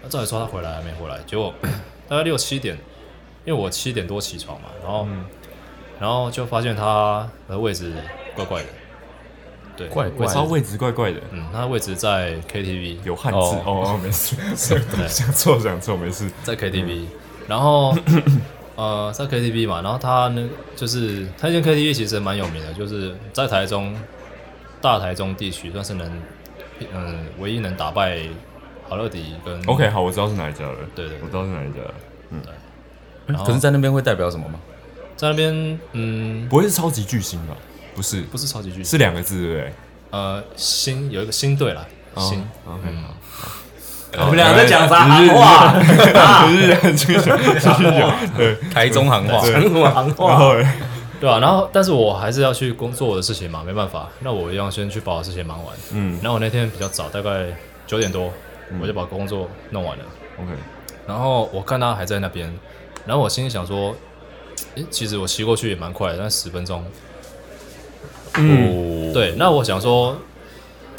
那照理说他回来还没回来，结果 大概六七点，因为我七点多起床嘛，然后、
嗯
然后就发现他的位置怪怪的，对，
怪
我
怪
知道位置怪怪的，
嗯，他的位置在 KTV
有汉字哦
哦
哦，没 事，想错想错，没事。
在 KTV，、然
嗯
后 呃在 KTV 嘛，然后他呢就是他那间 KTV 其实蛮有名的，就是在台中大台中地区算是能，嗯，唯一能打败好乐迪跟
OK，好，我知道是哪一家了。
嗯对对对
我知道是哪一家了。
然后
可是，在那边会代表什么吗？
在那边，嗯，
不会是超级巨星吧？不是，
不是超级巨星，
是两个字，对不对？
呃新有一个新队啦，
哦
新、
OK，好
我们俩在讲啥行话？
哦
啊
台中行话，
讲什么行
然
话？
后嘞
对啊，然后但是我还是要去工作我的事情嘛，没办法，那我一样先去把我的事情忙完。
嗯
然后我那天比较早，大概九点多，我就把工作弄完了。
，OK，
然后我看他还在那边，然后我心里想说，诶，其实我骑过去也蛮快的，但十分钟。哦
嗯，
对，那我想说，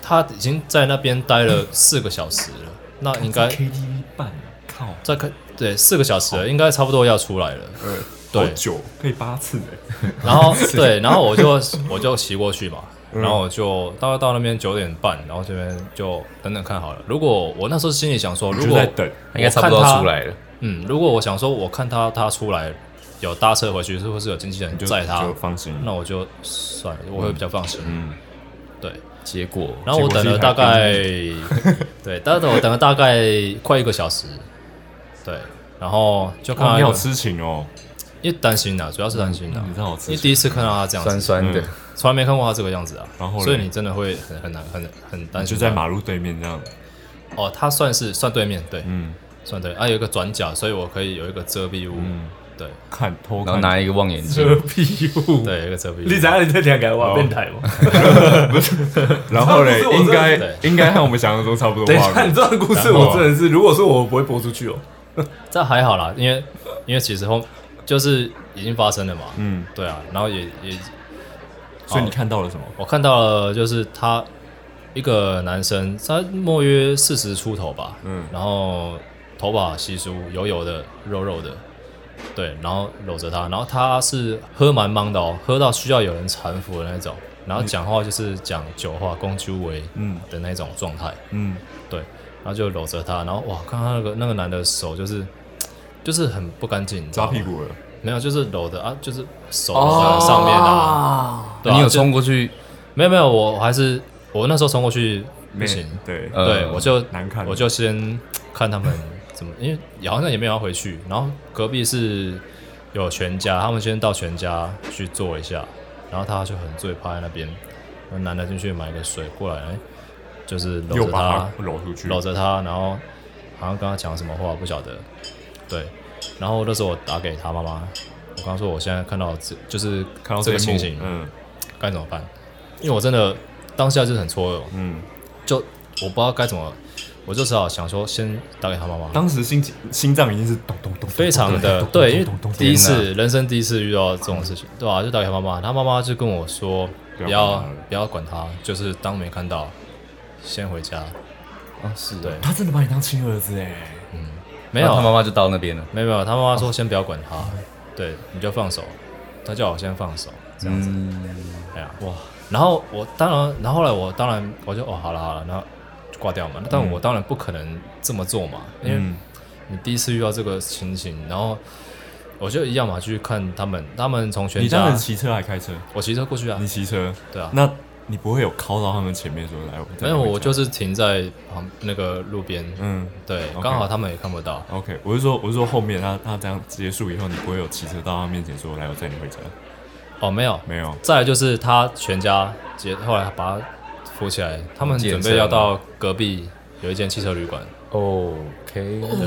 他已经在那边待了四个小时了，那应该
KTV 办，靠，哦
再看对四个小时了，应该差不多要出来了。
呃，
对
好久可以八次哎，
然后对，然后我就我就骑过去嘛，
嗯
然后我就到到那边九点半，然后这边就等等看好了。如果我那时候心里想说，
我
如
就
果
在等，
应该差不多
我看
要
他
出来了。
嗯，如果我想说，我看他他出来有搭车回去，是不是有经纪人
你就
载他
就？放心。
那我就算了，我会比较放心。
嗯，
对，
结果
然后我等了大概，对，但是我等了大概快一个小时，对，然后就看
哇，
到
你
一
好
个，
痴情哦，
因为担心呐，啊主要是担心呐
你，真好痴
因为
情。
第一次看到他这样
酸
子，
酸的
嗯，
从来没看过他这个样子啊，
然后嘞
所以你真的会很很难很很担
就
心他。
在马路对面这样，
哦，他算是算对面，对，
嗯
算对，啊有一个转角，所以我可以有一个遮蔽物，
嗯，
对
看偷
然后
看，
拿一个望远 镜，
屁 股！哦
对，有一个遮蔽物。
你知道你在讲改我变态吗？
然后 嘞，
这不是我
应该
真的
应该和我们想象中差不多
等一
画
下，你
面。
这段故事我真的是，如果是我，我不会播出去哦。
这还好啦，因为因为其实后就是已经发生了嘛，
嗯，
对啊，然后也也
所以你看到了什么？
我看到了，就是他一个男生，他莫约四十出头吧，
嗯
嗯，然后头发稀疏，油油的，肉肉的，对，然后搂着她，然后他是喝蛮忙的哦，喝到需要有人搀扶的那种，然后讲话就是讲酒话，公鸠为
嗯
的那种状态，
嗯，
对，然后就搂着她，然后哇，看他那个那个男的手就是。就是很不干净，你知
抓
道吗
屁股了，哦
没有，就是搂的啊，就是手在上面啊。对啊
你有
就
冲过去，
没有没有，我还是我那时候冲过去不行，
对，
呃
对我就
难看
我就先看他们怎么，因为也好像也没有要回去，然后隔壁是有全家，他们先到全家去坐一下，然后他就很醉趴在那边，那男的进去买个水过来，就是搂
又
着
把
他，
它搂出去，
搂着他，然后好像跟他讲什么话不晓得，对，然后那时候我打给他妈妈，我刚说我现在看到这就是
看到
这个
一幕
情形，
嗯
该怎么办？因为我真的当下就是很错愕，
嗯，
就我不知道该怎么，我就只好想说先打给他妈妈。
当时心情心脏已经是咚咚咚，
非常的
咚咚咚
对，因
咚咚
为
咚
第
天
一次人生第一次遇到这种事情，对吧、就打给他妈妈，他妈妈就跟我说
不
不
要管他
要不要管他，就是当没看到，先回家。
啊，是
对，
他真的把你当亲儿子哎，
没有
然后他妈妈就到那边了，
没有没有，他妈妈说先不要管他，对，你就放手。他叫我先放手，这样子。
嗯
哎呀，哇！然后我当然，然后后来我当然我就哦，好了好了，那就挂掉嘛。但我当然不可能这么做嘛，因为
嗯
你第一次遇到这个情形，然后我就一样嘛，去看他们，他们从全
你当
家
时，骑车还开车？
我骑车过去啊
你，骑车，
对啊。
那你不会有靠到他们前面说来？我
没有，我就是是停在旁那个路边，
嗯
对，
OK
刚好他们也看不到。
，OK，我是说我是说后面他他这样结束以后，你不会有骑车到他面前说来我载你回家？
哦，没有，
没有，
再来就是他全家接，后来把他扶起来，他们准备要到隔壁有一间汽车旅馆。
OK，
对，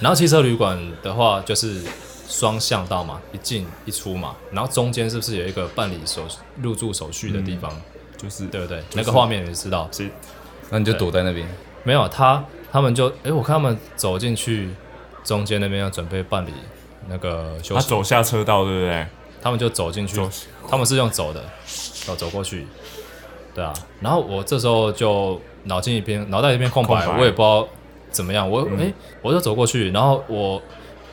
然后汽车旅馆的话就是双向道嘛，一进一出嘛，然后中间是不是有一个办理手入住手续的地方，
嗯就是
对不对？
是
那个画面你知道？
是
那你就躲在那边，
没有他，他们就哎，我看他们走进去中间那边要准备办理那个休
他
息，
走下车道，对不对？
他们就走进去
走，
他们是用走的，哦，走过去，对啊。然后我这时候就脑筋一片，脑袋一片空白，
空白嗯
我也不知道怎么样。我哎、诶我就走过去，然后我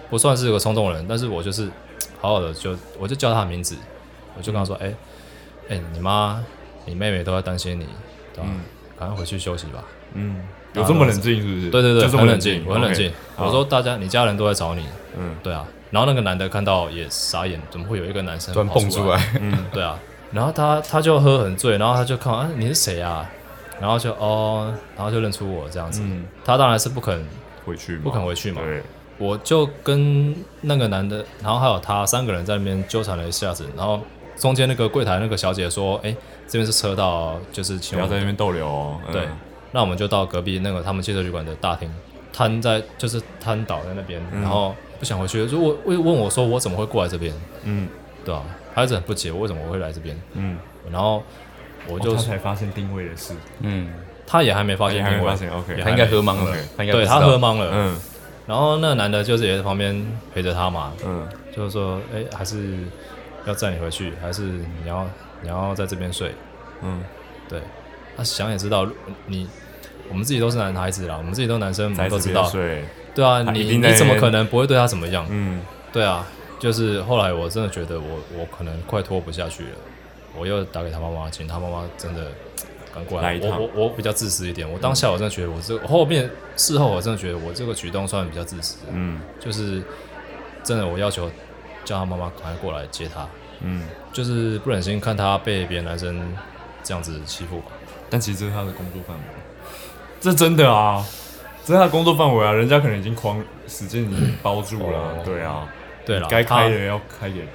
不算是个冲动人，但是我就是嘖好好的就我就叫他的名字，我就跟他说，
嗯
哎、哎、你妈、你妹妹都在担心你，对吧、赶快回去休息吧。
嗯，有这么冷静是不是？
啊对对对，
就这么
很冷
静，
我很冷
OK，
静。
好
我说大家，你家人都在找你，
嗯
对啊。然后那个男的看到也傻眼，怎么会有一个男生
突然
跑
蹦出来？
对啊，然后他他就喝很醉，然后他就看我啊你是谁啊，然后就哦，然后就认出我这样子，
嗯
他当然是不肯
回去嘛，
不肯回去嘛，
对，
我就跟那个男的，然后还有他三个人在那边纠缠了一下子，然后中间那个柜台那个小姐说：“哎、这边是车道，就是
不
请我
要
们
在那边逗留哦。嗯
对，那我们就到隔壁那个他们汽车旅馆的大厅，瘫在就是瘫倒在那边，
嗯
然后不想回去，就问问问我说我怎么会过来这边？
嗯
对啊，他一直很不解，我为什么我会来这边？
嗯，
然后我
我
就、
哦才发现定位的事，
嗯，
他也还没发
也
现
还
定
没
位
发，现，OK，
也
他
还
应该喝懵了
OK，
他应该不
对
知
他
道
喝，懵了，
嗯
然后那个男的就是也在旁边陪着他嘛，
嗯，
就是说，哎、还是要载你回去，还是你要你要在这边睡？
嗯，
对，那、想也知道，你我们自己都是男孩子啦，我们自己都男生，我
才
们都
这
知
边
道，
睡，
对啊，
他一
你
定在
你怎么可能不会对他怎么样？
嗯，
对啊，就是后来我真的觉得我我可能快拖不下去了，我又打给他妈妈，请他妈妈真的赶过
来
来。
一趟
我我我比较自私一点，我当下我真的觉得我这个后面事后我真的觉得我这个举动算比较自私，
嗯
就是真的我要求叫他妈妈赶快过来接他，
嗯，
就是不忍心看他被别的男生这样子欺负吧。
但其实这是他的工作范围，这真的啊，这是他的工作范围啊，人家可能已经框，时间已经包住了
哦，
对啊，
对了，
该开
他
的要开给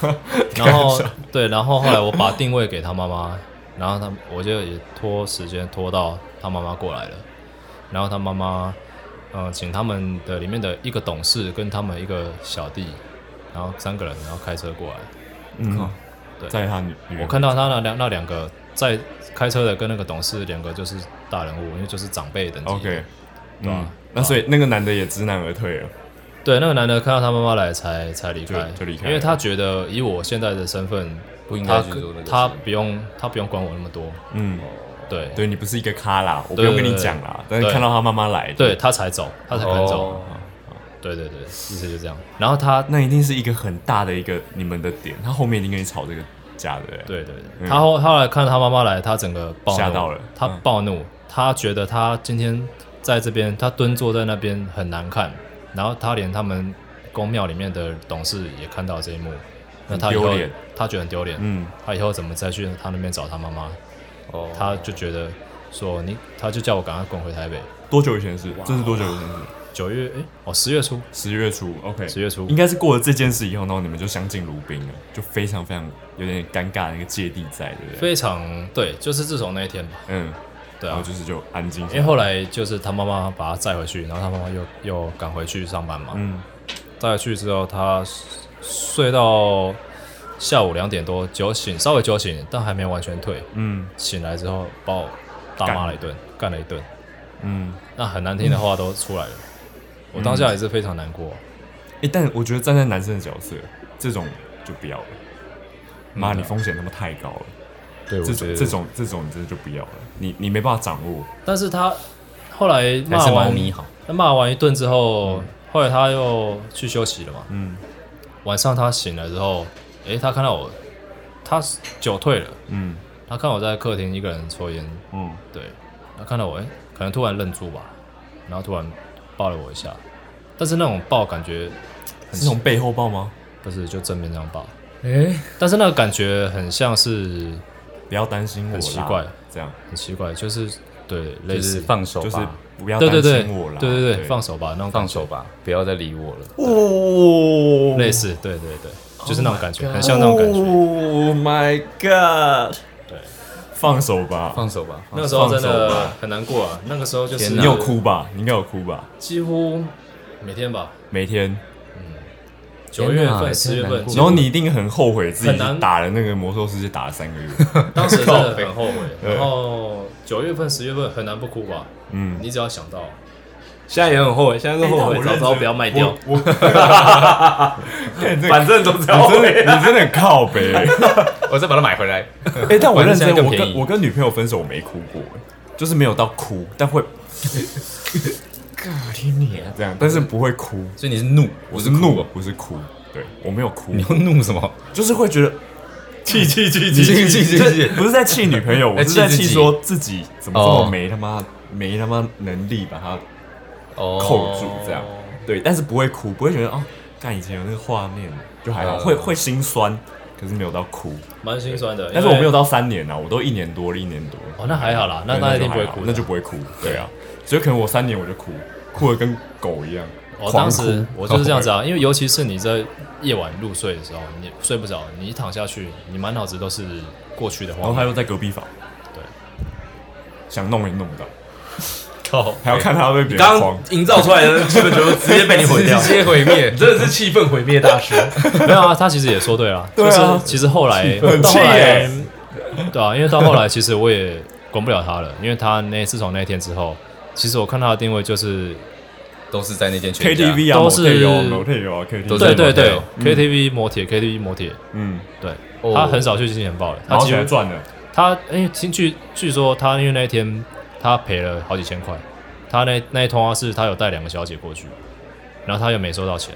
他，
然后对，然后后来我把定位给他妈妈，然后他我就也拖时间拖到他妈妈过来了，然后他妈妈呃请他们的里面的一个董事跟他们一个小弟，然后三个人然后开车过来，
嗯，
对
在他女，女儿
我看到他那两那两个在开车的跟那个董事两个就是大人物，因为就是长辈等级的。
，OK，
对
嗯
啊，
那所以那个男的也知难而退了，
对，那个男的看到他妈妈来才才离开，
就就离开
因为他觉得以我现在的身份，
不应该
他
去做那个事
他不用他不用管我那么多，
嗯。
对
对你不是一个咖啦，我不
对
用跟你讲啦，但是
对
看到他妈妈来，
对，他才走，他才肯走。
哦
对对对，意思就这样。然后他，
那一定是一个很大的一个你们的点，他后面一定跟你吵这个架的，欸，
对对对，他后他后来看他妈妈来，他整个暴怒
吓到了
他
嗯
暴怒，他觉得他今天在这边，他蹲坐在那边很难看，然后他连他们公庙里面的董事也看到这一幕，那他以后
很丢脸
他觉得很丢脸，
嗯，
他以后怎么再去他那边找他妈妈？
哦，
他就觉得说你，他就叫我赶快滚回台北。
多久以前的事？这是多久以前的事？
九月哎，哦十月初，
十月初，OK，
十月初
应该是过了这件事以后，然后你们就相敬如宾了，就非常非常有点尴尬的那个芥蒂在，对不对？
非常对，就是自从那一天吧，
嗯，
对
然
啊
后，就是就安静下来，
因为后来就是他妈妈把他载回去，然后他妈妈又又赶回去上班嘛。
嗯
载回去之后，他睡到下午两点多，酒醒，稍微酒醒，但还没完全退。
嗯
醒来之后，把我大骂了一顿，干了一顿，
嗯，
那很难听的话都出来了。我当下也是非常难过。
哎，但我觉得站在男生的角色，这种就不要了，妈，
嗯
你风险他妈太高了，
对，我
这
觉
种
得
这，种这种你真的就不要了，你你没办法掌握，
但是他后来骂
还是猫
完
咪好，
他骂完一顿之后，后来他又去休息了嘛。
嗯
晚上他醒了之后，诶、他看到我，他酒退了，
嗯
他看我在客厅一个人抽烟，
嗯
对，他看到我，诶、可能突然愣住吧，然后突然抱了我一下，但是那种抱感觉很
是从背后抱吗？
不是就正面这样抱，
哎，
但是那个感觉很像是
不要担心我啦，
很奇怪
这样
很奇怪，就是对类
就是
似
放手
就是
吧，
不要
对
担
对对
心我啦，
对对对放手吧那种
放
感觉
手吧，不要再理我了。
哦
类似对对对，就是那种感觉很像那种感觉，
Oh my god！
对，
放手吧，
放手吧，放
那个时候真
放手
的
吧
很难过啊，那个时候就是
你有哭吧？你应该有哭吧？
几乎每天吧。
每天，
九月
天哪
份、十月
真的难
份，
过
其实
然后你一定很后悔自己
很难
打了那个魔兽世界打了三个月，
当时真的很后悔。然后九月份、十月份很难不哭吧？
嗯，
你只要想到，
现在也很后悔，现在是后
我早知道不要卖掉，
我，
反正都这样
我真的你真的很靠北。
我再把它买回来。
哎，但我认真，
反正现在更
我
便
跟
宜
我跟女朋友分手，我没哭过，就是没有到哭，但 会，这样，但是不会哭，
所以你是怒，
我是怒，不是哭，哦对我没有哭，
你又怒什么？
就是会觉得
气气气气气 气
这
气！
不是在气女朋友，我
哎
在
是在
气自
气
己
说自己怎么这
哦
么没他妈没他妈能力把它
哦
扣住这样。对，但是不会哭，不会觉得哦，看以前有那个画面就还好，
嗯
会会心酸，可是没有到哭。
蛮心酸的。
但是我没有
到
到三年啊，我都一年多了，一年多。
哦，那还好啦，那
对
那一
就
定不会
还好
哭的，
那就不会哭。对啊，所以可能我三年我就哭，哭的跟狗一样。
我
狂
哦当
哭
时我就是这样子啊，因为尤其是你在夜晚入睡的时候，你睡不着，你一躺下去，你满脑子都是过去的
然后
话
他，又在隔壁房，
对，
想弄也弄不到，
靠，哎
还要看他被别人
刚
框
刚。营造出来的气氛就直接被你 毁掉，
直接毁灭
你。真的是气氛毁灭大 师。
没有啊，他其实也说对啊，
对啊
就是其实后来
很
到
气
后来
耶，
对啊，因为到后来其实我也管不了他了，因为他那自从那天之后，其实我看他的定位就是
都是在那间全家
KTV 啊，
都是
楼梯有啊，KTV
都
对
在
对对
嗯
，KTV 摩铁 KTV 摩铁，
嗯，
对
哦
他很少去金钱豹的，他
然后
几
起
乎
来赚了，
他因为听据据说他因为那一天他赔了好几千块，他那那一通话是他有带两个小姐过去，然后他又没收到钱，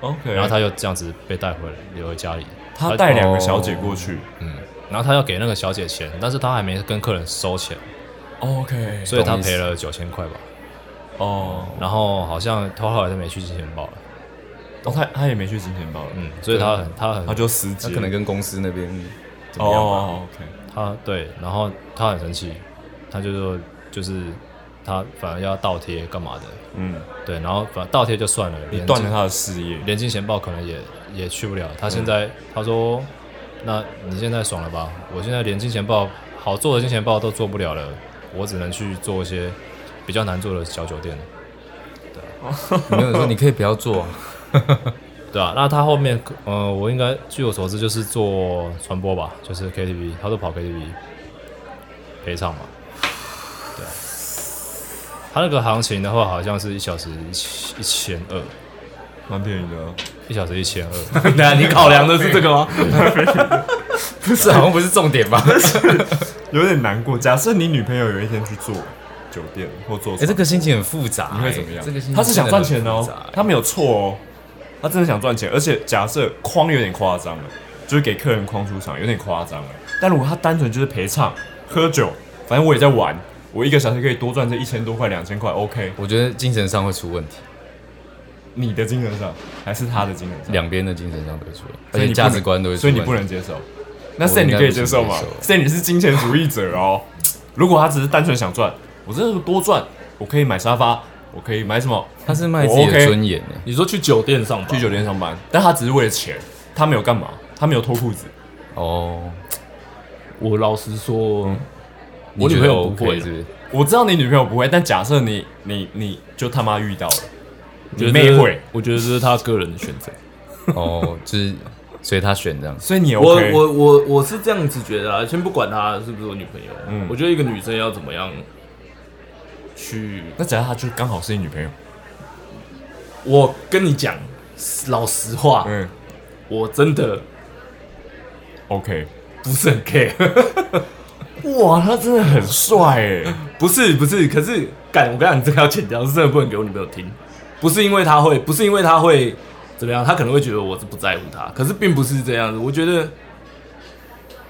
，OK，
然后他又这样子被带回来留回家里，
他带两个小姐过去
嗯，然后他要给那个小姐钱，但是他还没跟客人收钱，
，OK，
所以他
懂意思
赔了九千块吧，
哦，
然后好像他后来就没去金钱豹了，
哦，他他也没去金钱豹，
嗯，所以他很他很
他就司机，
他可能跟公司那边怎么样吧？
哦，OK，
他对，然后他很生气，他就说就是他反而要倒贴干嘛的，
嗯，
对，然后反倒贴就算了，
你
连
断了他的嗯事业，
连金钱豹可能也也去不了。他现在、他说，那你现在爽了吧？我现在连金钱豹好做的金钱豹都做不了了，我只能去做一些比较难做的小酒店了，
没有说你可以不 要做啊，
对啊，那他后面呃，我应该据我所知就是做传播吧，就是 KTV，他都跑 KTV 陪唱嘛，对啊。他那个行情的话，好像是一小时一千一千二，
蛮便宜的啊，
一小时一千二。
那你考量的是这个吗？
不 是啊好像不是重 点吧？
有点难过。假设你女朋友有一天去做酒店或做，
哎，这个心情很复杂，哎
你会怎么样？
这个心情
他是想赚钱哦
真的很复，杂哎
他没有错哦，他真的想赚钱。而且假设框有点夸张了，就是给客人框出场有点夸张了。但如果他单纯就是陪唱、喝酒，反正我也在玩，我一个小时可以多赚这一千多块、两千块，OK。
我觉得精神上会出问题，
啊你的精神上还是他的精神上，
两边的精神上都会出问题，而
所以
且
你
价
不能
值观都会出
所
问
以
题。
你不能接受。那
我
Sam
应
你
该
可以
不
接
能
受吗
接
？Sam 你是金钱主义者哦。如果他只是单纯想赚，我真的多赚，我可以买沙发，我可以买什么？
他是卖自己
我
的
OK
尊严呢。
你说去酒店上班
去，酒店上班，但他只是为了钱，他没有干嘛，他没有脱裤子。
哦，
我老实说，我
你
女
觉
朋
得
友不
OK
会
是不是？
我知道你女朋友不会，但假设你你你就他妈遇到了，
觉
你
得
妹会，，
我觉得这是他个人的选择。
哦，就是所以他选 这样子。
所以你
我
OK。
我我我是这样子觉得啊，先不管她是不是我女朋友，
嗯
我觉得一个女生要怎么样去，
那假设他就刚好是你女朋友，
我跟你讲，老实话，
嗯
我真的
，OK。
不是很 care，
哇，他真的很帅哎！
不是不是，可是干，我跟你讲，你这个要剪掉，是真的不能给我女朋友听，不是因为她会，不是因为她会怎么样，她可能会觉得我是不在乎她，可是并不是这样子，我觉得，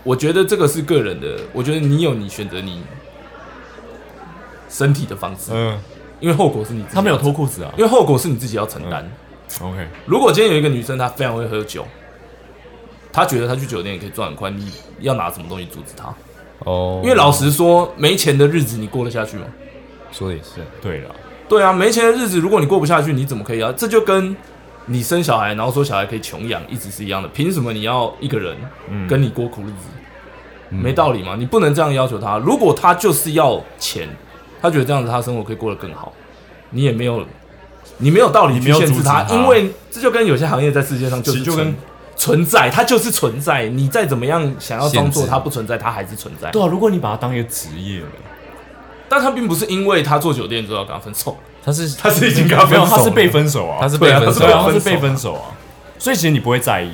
我觉得这个是个人的，我觉得你有你选择你身体的方式，
嗯，
因为后果是你自己
他没有嗯
要承
脱裤子啊
因为后果是你自己要承担。
？OK，
如果今天有一个女生，她非常会喝酒，她觉得她去酒店也可以赚很快，你要拿什么东西阻止她？
哦，
因为老实说，没钱的日子你过得下去吗？
说的也是，
对了，
对啊，没钱的日子，如果你过不下去，你怎么可以啊？这就跟你生小孩，然后说小孩可以穷养，一直是一样的。凭什么你要一个人
嗯
跟你过苦日子？没道理嘛！你不能这样要求他。如果他就是要钱，他觉得这样子他生活可以过得更好，你也没有，你没有道理
你
去
没有
限制
阻止
他，
他
因为这就跟有些行业在世界上就是
其实就跟
存存在，它就是存在。你再怎么样想要装
限
作
制
它不存在，它还是存在。
对啊，如果你把他当一个职业了，
但他并不是因为他做酒店之后要跟他分手，
他是
他是已经跟他
没
分
有，
手了，
他是被分手啊，
他是被分手
对啊，
啊，
他是被分手啊，所以其实你不会在意。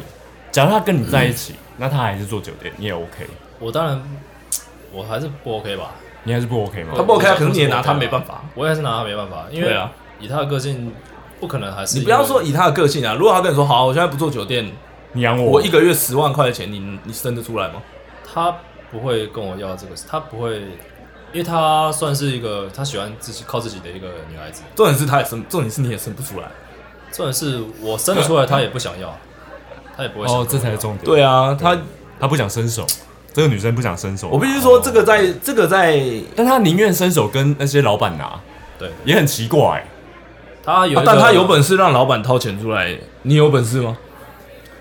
假如他跟你在一起，那他还是做酒店，你也 OK，
我当然我还是不 OK 吧，
你还是不 OK
他
吗？
不 OK 啊，可是你也拿他没办法。
我也是拿他没办法，因为
对啊，
以他的个性，不可能还是
你不要
因为
说以他的个性啊，如果他跟你说好，我现在不做酒店，
你养我，
我一个月十万块的钱，你你生得出来吗？
他不会跟我要这个，他不会，因为他算是一个他喜欢自己靠自己的一个女孩子，
重点是他也生，重点是你也生不出来。
重点是我生得出来，他也不想要，他也不会想
哦哦，这才
跟
是
我要
重点。
对哦啊，他
她不想伸手，这个女生不想伸手。
我必须说这个在这个在
但她宁愿伸手跟那些老板拿，
对，
也很奇怪、
他有一
啊
个，
但他有本事让老板掏钱出来，你有本事吗？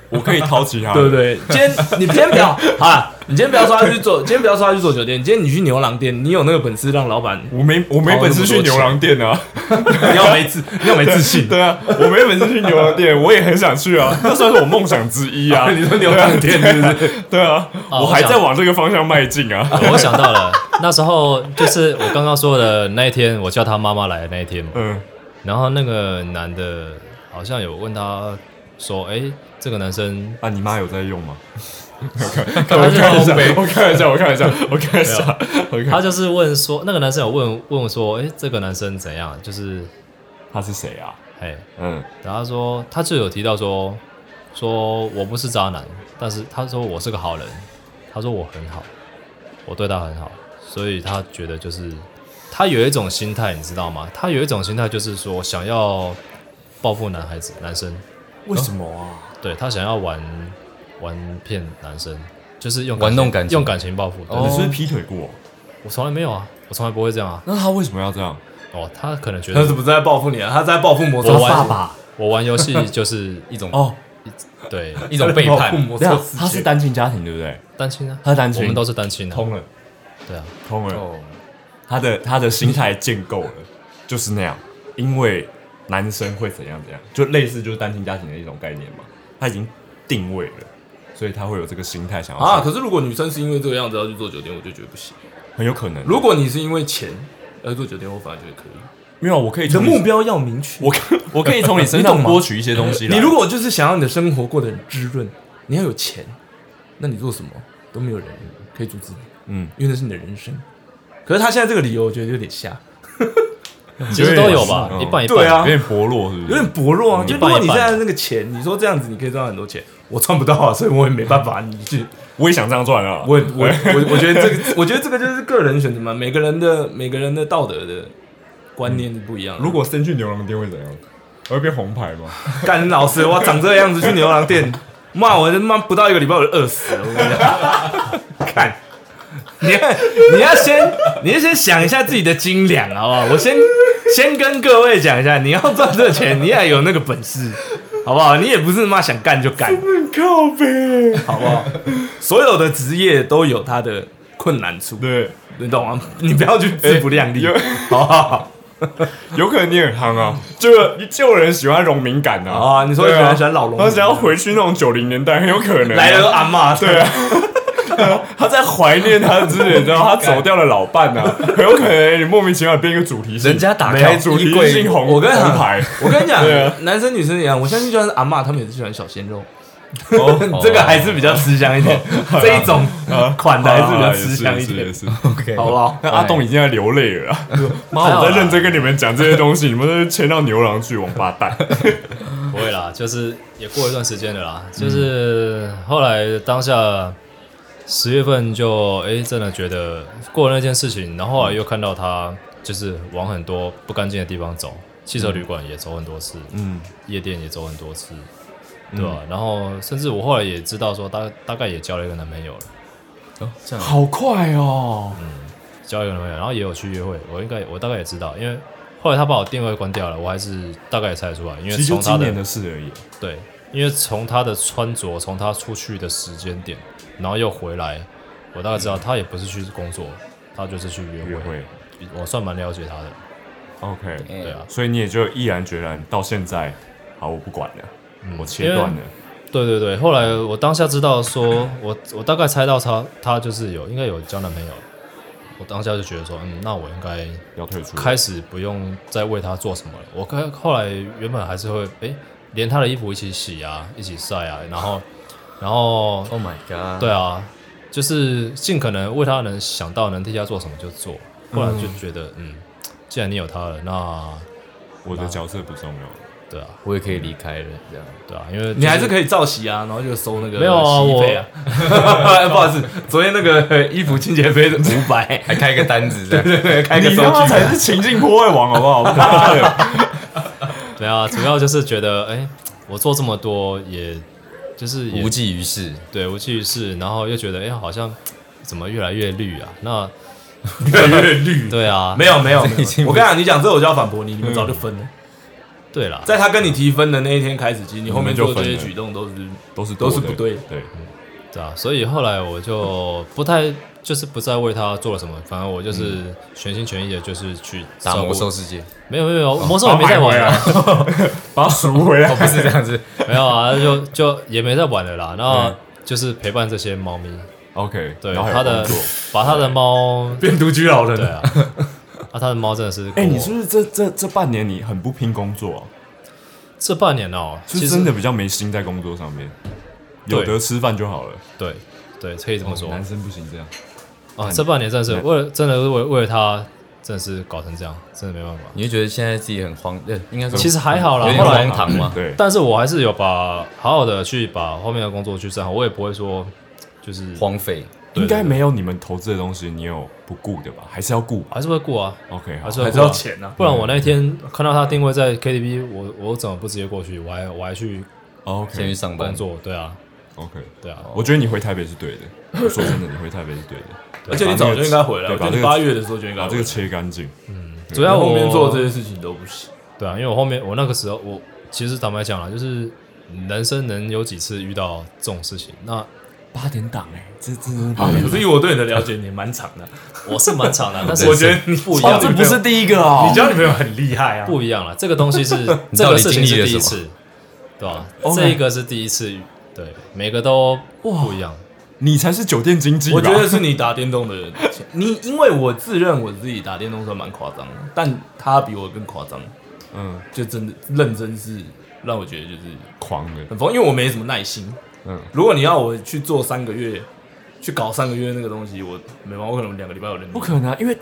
我可以掏其他，
对不？对？今天你今天不要好了，你今天不要说他去做，今天不要说他去做酒店，今天你去牛郎店，你有那个本事让老板，
我没我没本事去牛郎店啊，
你要没自，你要没自信。
对啊，我没本事去牛郎店，我也很想去啊，那算是我梦想之一啊。
你说牛郎店是不是？
对啊，
哦
我还
我想
在往这个方向迈进 啊。
我想到了，那时候就是我刚刚说的那一天，我叫他妈妈来的那一天嘛。
嗯，
然后那个男的好像有问他说：“哎、这个男生
啊，你妈有在用吗？
他
看
是
一下
东北，
我看一下，我看一下，我看一下，我看
他就是问说，那个男生有问问我说：‘哎、这个男生怎样？’就是
他是谁啊？
哎，
嗯，
然后他说他就有提到说，说我不是渣男，但是他说我是个好人，他说我很好，我对他很好，所以他觉得就是他有一种心态，你知道吗？他有一种心态就是说想要报复男孩子、男生，
为什么啊？
对他想要玩玩骗男生，就是用
玩弄感情哦
用感情报复。对
哦你是不是劈腿过？
我从来没有啊，我从来不会这样啊。
那他为什么要这样？
哦，他可能觉
他是
得
不是在报复你啊？他在报复魔
我
咒
玩
师，
我玩游戏就是
一种
哦，
对
一种背
报复
叛，
魔
这样
咒师，
他是单亲家庭，对不对？
单亲啊，
他单亲
我们都是单亲啊，
了，哦
对啊。
通了。他的他的心态建构了，就是那样，因为男生会怎样怎样，就类似就是单亲家庭的一种概念嘛，他已经定位了，所以他会有这个心态想要
啊。
去
可是如果女生是因为这个样子要去做酒店，我就觉得不行。
很有可能。
如果你是因为钱要去做酒店，我反而觉得可以。
没有，我可以
你的
从你
目，标要明确。
我可 我可以从你身
你
上
懂吗
剥取一些东西来。
你如果就是想要你的生活过得很滋润，你要有钱，那你做什么都没有人可以阻止你，
嗯，
因为那是你的人生。可是他现在这个理由，我觉得有点瞎，
其实都有吧
嗯，
一半一半。
对啊
有点薄弱，是不是？
有点薄弱啊。
嗯
就如果你
一半一半
现在那个钱，你说这样子你可以赚到很多钱，我赚不到啊，所以我也没办法。你去，
我也想这样赚啊。
我我我我觉得这 个，我觉得这个就是个人选择嘛，每个人的每个人的道德的观念是不一样 的。
如果先去牛郎店会怎样？我会变红牌吗？
干老师，我长这样子去牛郎店，骂我他妈不到一个礼拜我就饿死了。我跟你 讲，看，你要你要先你要先想一下自己的斤两，好不好？我先先跟各位讲一下，你要赚这钱，你要有那个本事，好不好？你也不是妈想干就干，
靠背。
好不好？所有的职业都有它的困难处，
对，
你懂吗？你不要去自不量力
有，
好不好？
有可能你很夯啊，就就有人喜欢农民感
好啊，
啊。
你说有
对啊
人喜欢老龙，
他想要回去那种九零年代，很有可能啊
来了都阿妈，对啊，
他在怀念他之前，你知道他走掉的老伴 呢、啊，很有可能你莫名其妙变一个主题性，
人家打
没
开
有主题
衣柜
性红
我跟你
红
讲
牌，
我跟你讲
对啊，
男生女生一样，我相信就算是阿嬷，他们也是喜欢小鲜肉，
哦
这个还是比较吃香 一点，这一种款的还是比较吃香一
哦也
点，
是。
OK，
好不好？
那阿栋已经在流泪了
哎
啊，
还
妈，
好
我
啦
在认真跟你们讲这些东西，你们都是签到牛郎去，王八蛋。
不会啦，就是也过一段时间的啦，就是后来当下十月份就哎、诶真的觉得过了那件事情，然后后来又看到他就是往很多不干净的地方走，汽车旅馆也走很多次，
嗯，
夜店也走很多次，对吧、然后甚至我后来也知道说大大概也交了一个男朋友了，
哦这样
好快哦！
交了一个男朋友，然后也有去约会，我应该我大概也知道，因为后来他把我定位关掉了，我还是大概也猜得出来，因为
其实就
从他
今
的
年的事而已。
对，因为从他的穿着，从他出去的时间点，然后又回来，我大概知道他也不是去工作，他就是去约会。
约会
我算蛮了解他的，
，OK，
对啊，
所以你也就毅然决然到现在，好，我不管了，
嗯
我切断了。
对对对。后来我当下知道说，我我大概猜到他他就是有应该有交男朋友，我当下就觉得说，嗯，那我应该
要退出，
开始不用再为他做什么了。我开后来原本还是会诶，连他的衣服一起洗啊，一起晒啊，然后然后
，Oh my god，
对啊，就是尽可能为他能想到能替他做什么就做，后来就觉得，嗯，既然你有他了，那
我的角色不重要了。
对啊，
我也可以离开了，这样
对啊，因为、
你还是
以，
可以照洗啊，然后就收那个
没有啊
洗衣费啊。 不好意思，昨天那个衣服清洁费是五百，
还开一个单子， 这样
开个
你啊
收
他妈
据。
才是情境破坏王，好 不好？妈的！
对啊，主要就是觉得，哎、我做这么多也就是也
无济于事。
对无济于事，然后又觉得哎、好像怎么越来越绿啊？那
越来越
嗯
绿。
对啊，
没有 没有，没有
这已经
我跟你讲，你讲这我就要反驳你，你们早就分了。
对啦，
在他跟你提分的那一天开始，其实你后面做的这些
我们就分了
举动都是
都是
都是
的
不对的
对，
对啊，所以后来我就不太就是不再为他做了什么，反正我就是全心全意的，就是去
打
照顾
魔兽，世界，
没有没有没有魔兽也没在玩
哦
啊，
把它赎回
哦，
来。
不是这样子，
没有啊，就就也没在玩了啦。然后
嗯
就是陪伴这些猫咪，
OK，
对
然后还有
它的
工作
把它的猫，
变独居老人
对
了。
啊，啊它的猫真的是，
哎、你是不是这这这半年你很不拼工作啊？
这半年哦，
就
其
是
实
真的比较没心在工作上面，
对
有得吃饭就好了。
对对，可以这么说
男生不行这样，
啊，这半年真的是为了真的是为为了它，真的是搞成这样，真的没办法。
你会觉得现在自己很荒，呃，应该
嗯
说
其实还好啦，
有点
后来嗯
荒唐嘛。
对，
但是我还是有把好好的去把后面的工作去上好，我也不会说就是
荒废，
对
应该没有你们投资的东西，你有不顾的吧？还是要顾吧
还是会过啊，
？OK，好
还，是会
还是
过啊
要钱啊。
不然我那天看到他定位在 KTV，我我怎么不直接过去？我还我还去
先去
OK
上班
工。作？对啊，
OK，
对啊，
哦
我觉得你回台北是对的。我说真的，你回台北是对的，
而且你早就应该回来，
对
我
把这
觉得
个
你八月的时候就应该
把
回来
啊这个切干净。
主要啊我
后面做这些事情都不行。
对啊，因为我后面我那个时候我其实坦白讲了，就是人生能有几次遇到这种事情？那
八点档哎，这这真的
啊可是以我对你的了解，你蛮长的。
我是 蛮长的，但 是
我觉得你
不一
哦
样，
这不是
第一个哦
你交女朋友很厉害啊。
不一样了。这个东 西是
你
这
到
个
底
事
经历
情是
了
第
什
一次，对吧、
哦
Oh my-
这一个是第一次，对，每个都不一样。
你才是酒店经济吧？
我觉得是你打电动的人， 你因为我自认我自己打电动算蛮夸张的，但他比我更夸张，
嗯，
就真的认真是让我觉得就是
狂的，
很疯，因为我没什么耐心。
嗯，
如果你要我去做三个月，去搞三个月那个东西，我没办法，我可能两个礼拜有人
不可能啊，因为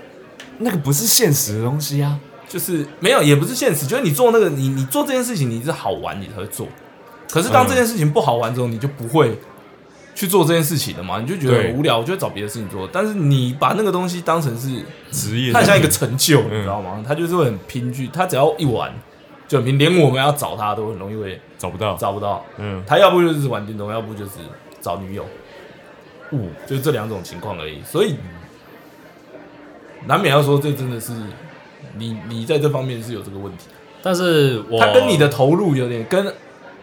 那个不是现实的东西啊。
就是没有，也不是现实，就是你做那个，你你做这件事情，你是好玩，你才会做。可是当
嗯
这件事情不好玩之后，你就不会去做这件事情了嘛？你就觉得
对
很无聊，我就会找别的事情做。但是你把那个东西当成是，
职业
它很像一个成就，你
嗯
知道吗？他就是会很拼去，他只要一玩就很拼，连我们要找他都很容易会
找不到，
找不到。
嗯，
他要不就是玩电动，要不就是找女友，嗯，就这两种情况而已。所以难免要说，这真的是你你在这方面是有这个问题。
但是我
他跟你的投入有点跟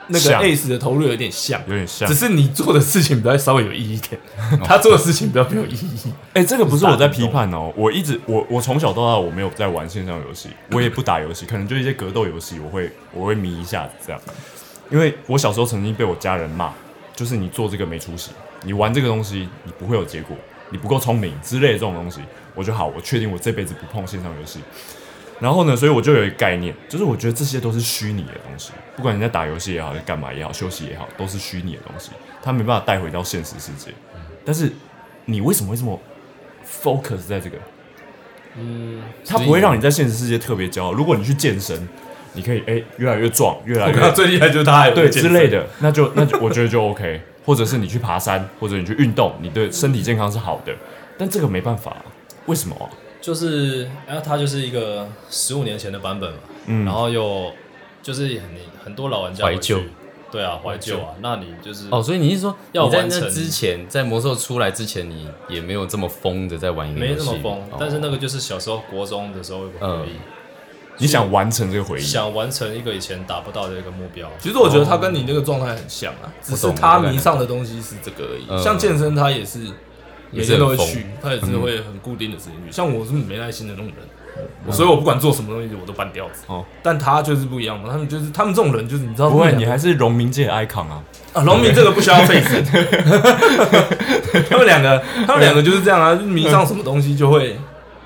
那个
像
Ace 的投入有点像，
有点像哦
只。是你做的事情比较稍微有意义一点，他做的事情比较没有意义。
哎、这个不是我在批判哦，我一直我我从小到大我没有在玩线上游戏，我也不打游戏，可能就一些格斗游戏，我会我会迷一下子这样。因为我小时候曾经被我家人骂，就是你做这个没出息，你玩这个东西你不会有结果，你不够聪明之类的这种东西，我就好，我确定我这辈子不碰线上游戏。然后呢，所以我就有一个概念，就是我觉得这些都是虚拟的东西，不管你在打游戏也好，在干嘛也好，休息也好，都是虚拟的东西，它没办法带回到现实世界。但是你为什么会这么 focus 在这个？
嗯，
它不会让你在现实世界特别骄傲。如果你去健身，你可以哎、越来越壮，越来
我看到
越
最厉害就是他还有
对
健
之
身
类，的，那就那就我觉得就 OK。或 者是你去爬山，或者你去运动，你对身体健康是好的。但这个没办法、为什么啊、
就是，然后它就是一个十五年前的版本嘛，
嗯
然后又就是很很多老玩家
怀
回去
旧，
对啊，怀旧啊，那你就是
哦，所以你是说
要
你在
完
那
成
之前，在魔兽出来之前，你也没有这么疯的在玩一个
没
游
那
戏，
么疯
哦，嗯
但是那个就是小时候国中的时候有个回忆，
你想完成这个回忆，
想完成一个以前达不到的一个目标，
其实我觉得他跟你那个状态很像
哦
啊，只是他迷上的东西是这个而
嗯
已。像健身，他也是每天都会去，他也是
嗯
会很固定的时间去。像我是没耐心的那种人，所以我不管做什么东西我都半吊子。
哦
但他就是不一样嘛，他们就是他们这种人就是你知道
不会，
他们
你
两个
还是农民界的 icon 啊。
啊，农民这个不需要费 神。他们两个，他们两个就是这样
嗯
啊，就是迷上什么东西就会，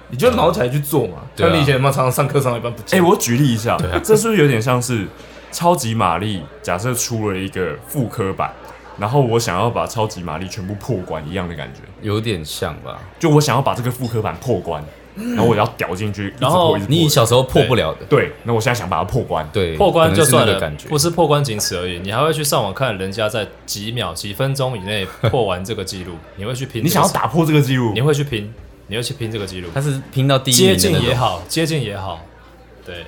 你就挠起来去做嘛。
对啊
像你以前嘛，常常上课上到一半不
哎、
见，
我举例一下，
啊
这是不是有点像是超级玛丽？假设出了一个复刻版，然后我想要把超级玛丽全部破关一样的感觉，
有点像吧？
就我想要把这个复刻版破关，然后我要屌进去，一直
然后
破一直破
你小时候破不了的，
对，那我现在想把它破关，
对，
破关就
可能是那
算了，
个感觉
不是破关仅此而已，你还会去上网看人家在几秒、几分钟以内破完这个 记录，你会去拼，
你想要，打破这个记录
你，会去拼，你会去拼这个记录，
他是拼到第一
接
名的
近
那
也
种，
好，接近也好，对，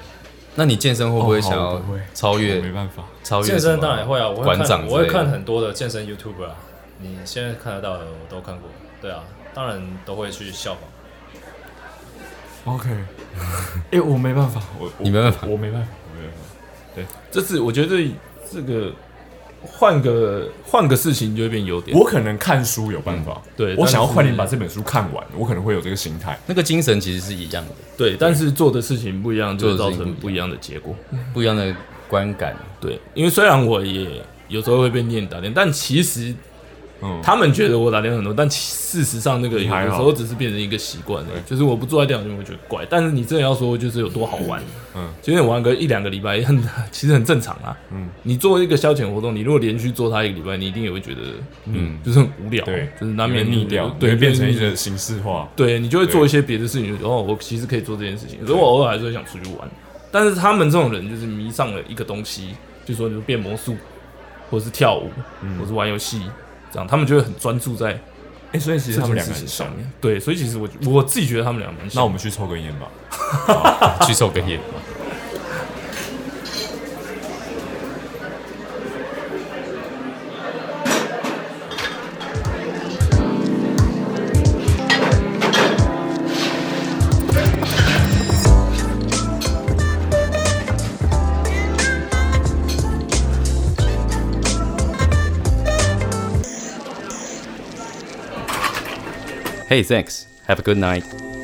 那你健身会不会
哦好
想要
我不会
超越
没办法，
超越
健
哦什
身
么
当然会啊，我会
馆长
看，
之
我会
类的
看很多的健身 YouTuber 啊，你现在看得到的我都看过，对啊，当然都会去效仿。
OK，哎、 欸，我没办法，我我
你没办法
我没办法，我没办法。
这次我觉得这个换个换个事情就会变优点。
我可能看书有办法，
对
我想要
但是
快点把这本书看完，我可能会有这个心态。
那个精神其实是一样的，
对，但是做的事情不一样，就会
做
造
的事情
成
不
不
一
一
样
样的结果。
不一样的观感。
对，因为虽然我也有时候会被念打电，但其实
嗯，
他们觉得我打电很多，但其事实上那个
你
有
还好
的时候只是变成一个习惯了，就是我不坐在电脑前面我觉得怪，但是你真的要说就是有多好玩，
嗯
嗯，其实玩个一两个礼拜很 其实很正常啊，
嗯
嗯，你做一个消遣活动，你如果连续做它一个礼拜，你一定也会觉得
嗯
嗯就是很无聊，
对，
就是难免
你会腻掉，
对，
你会变成
腻
一个形式化。
对你就会做一些别的事情，就觉得哦，我其实可以做这件事情。可是我偶尔还是会想出去玩，但是他们这种人就是迷上了一个东西，就说就变魔术，或者是跳舞，或是玩游戏，这样他们就会很专注在
哎、所以其实
这
他们两
件事
个很
情
像
上。面。对，所以其实我我自己觉得他们俩蛮像。
那我们去抽根烟吧。
去抽根烟。Hey, thanks. Have a good night.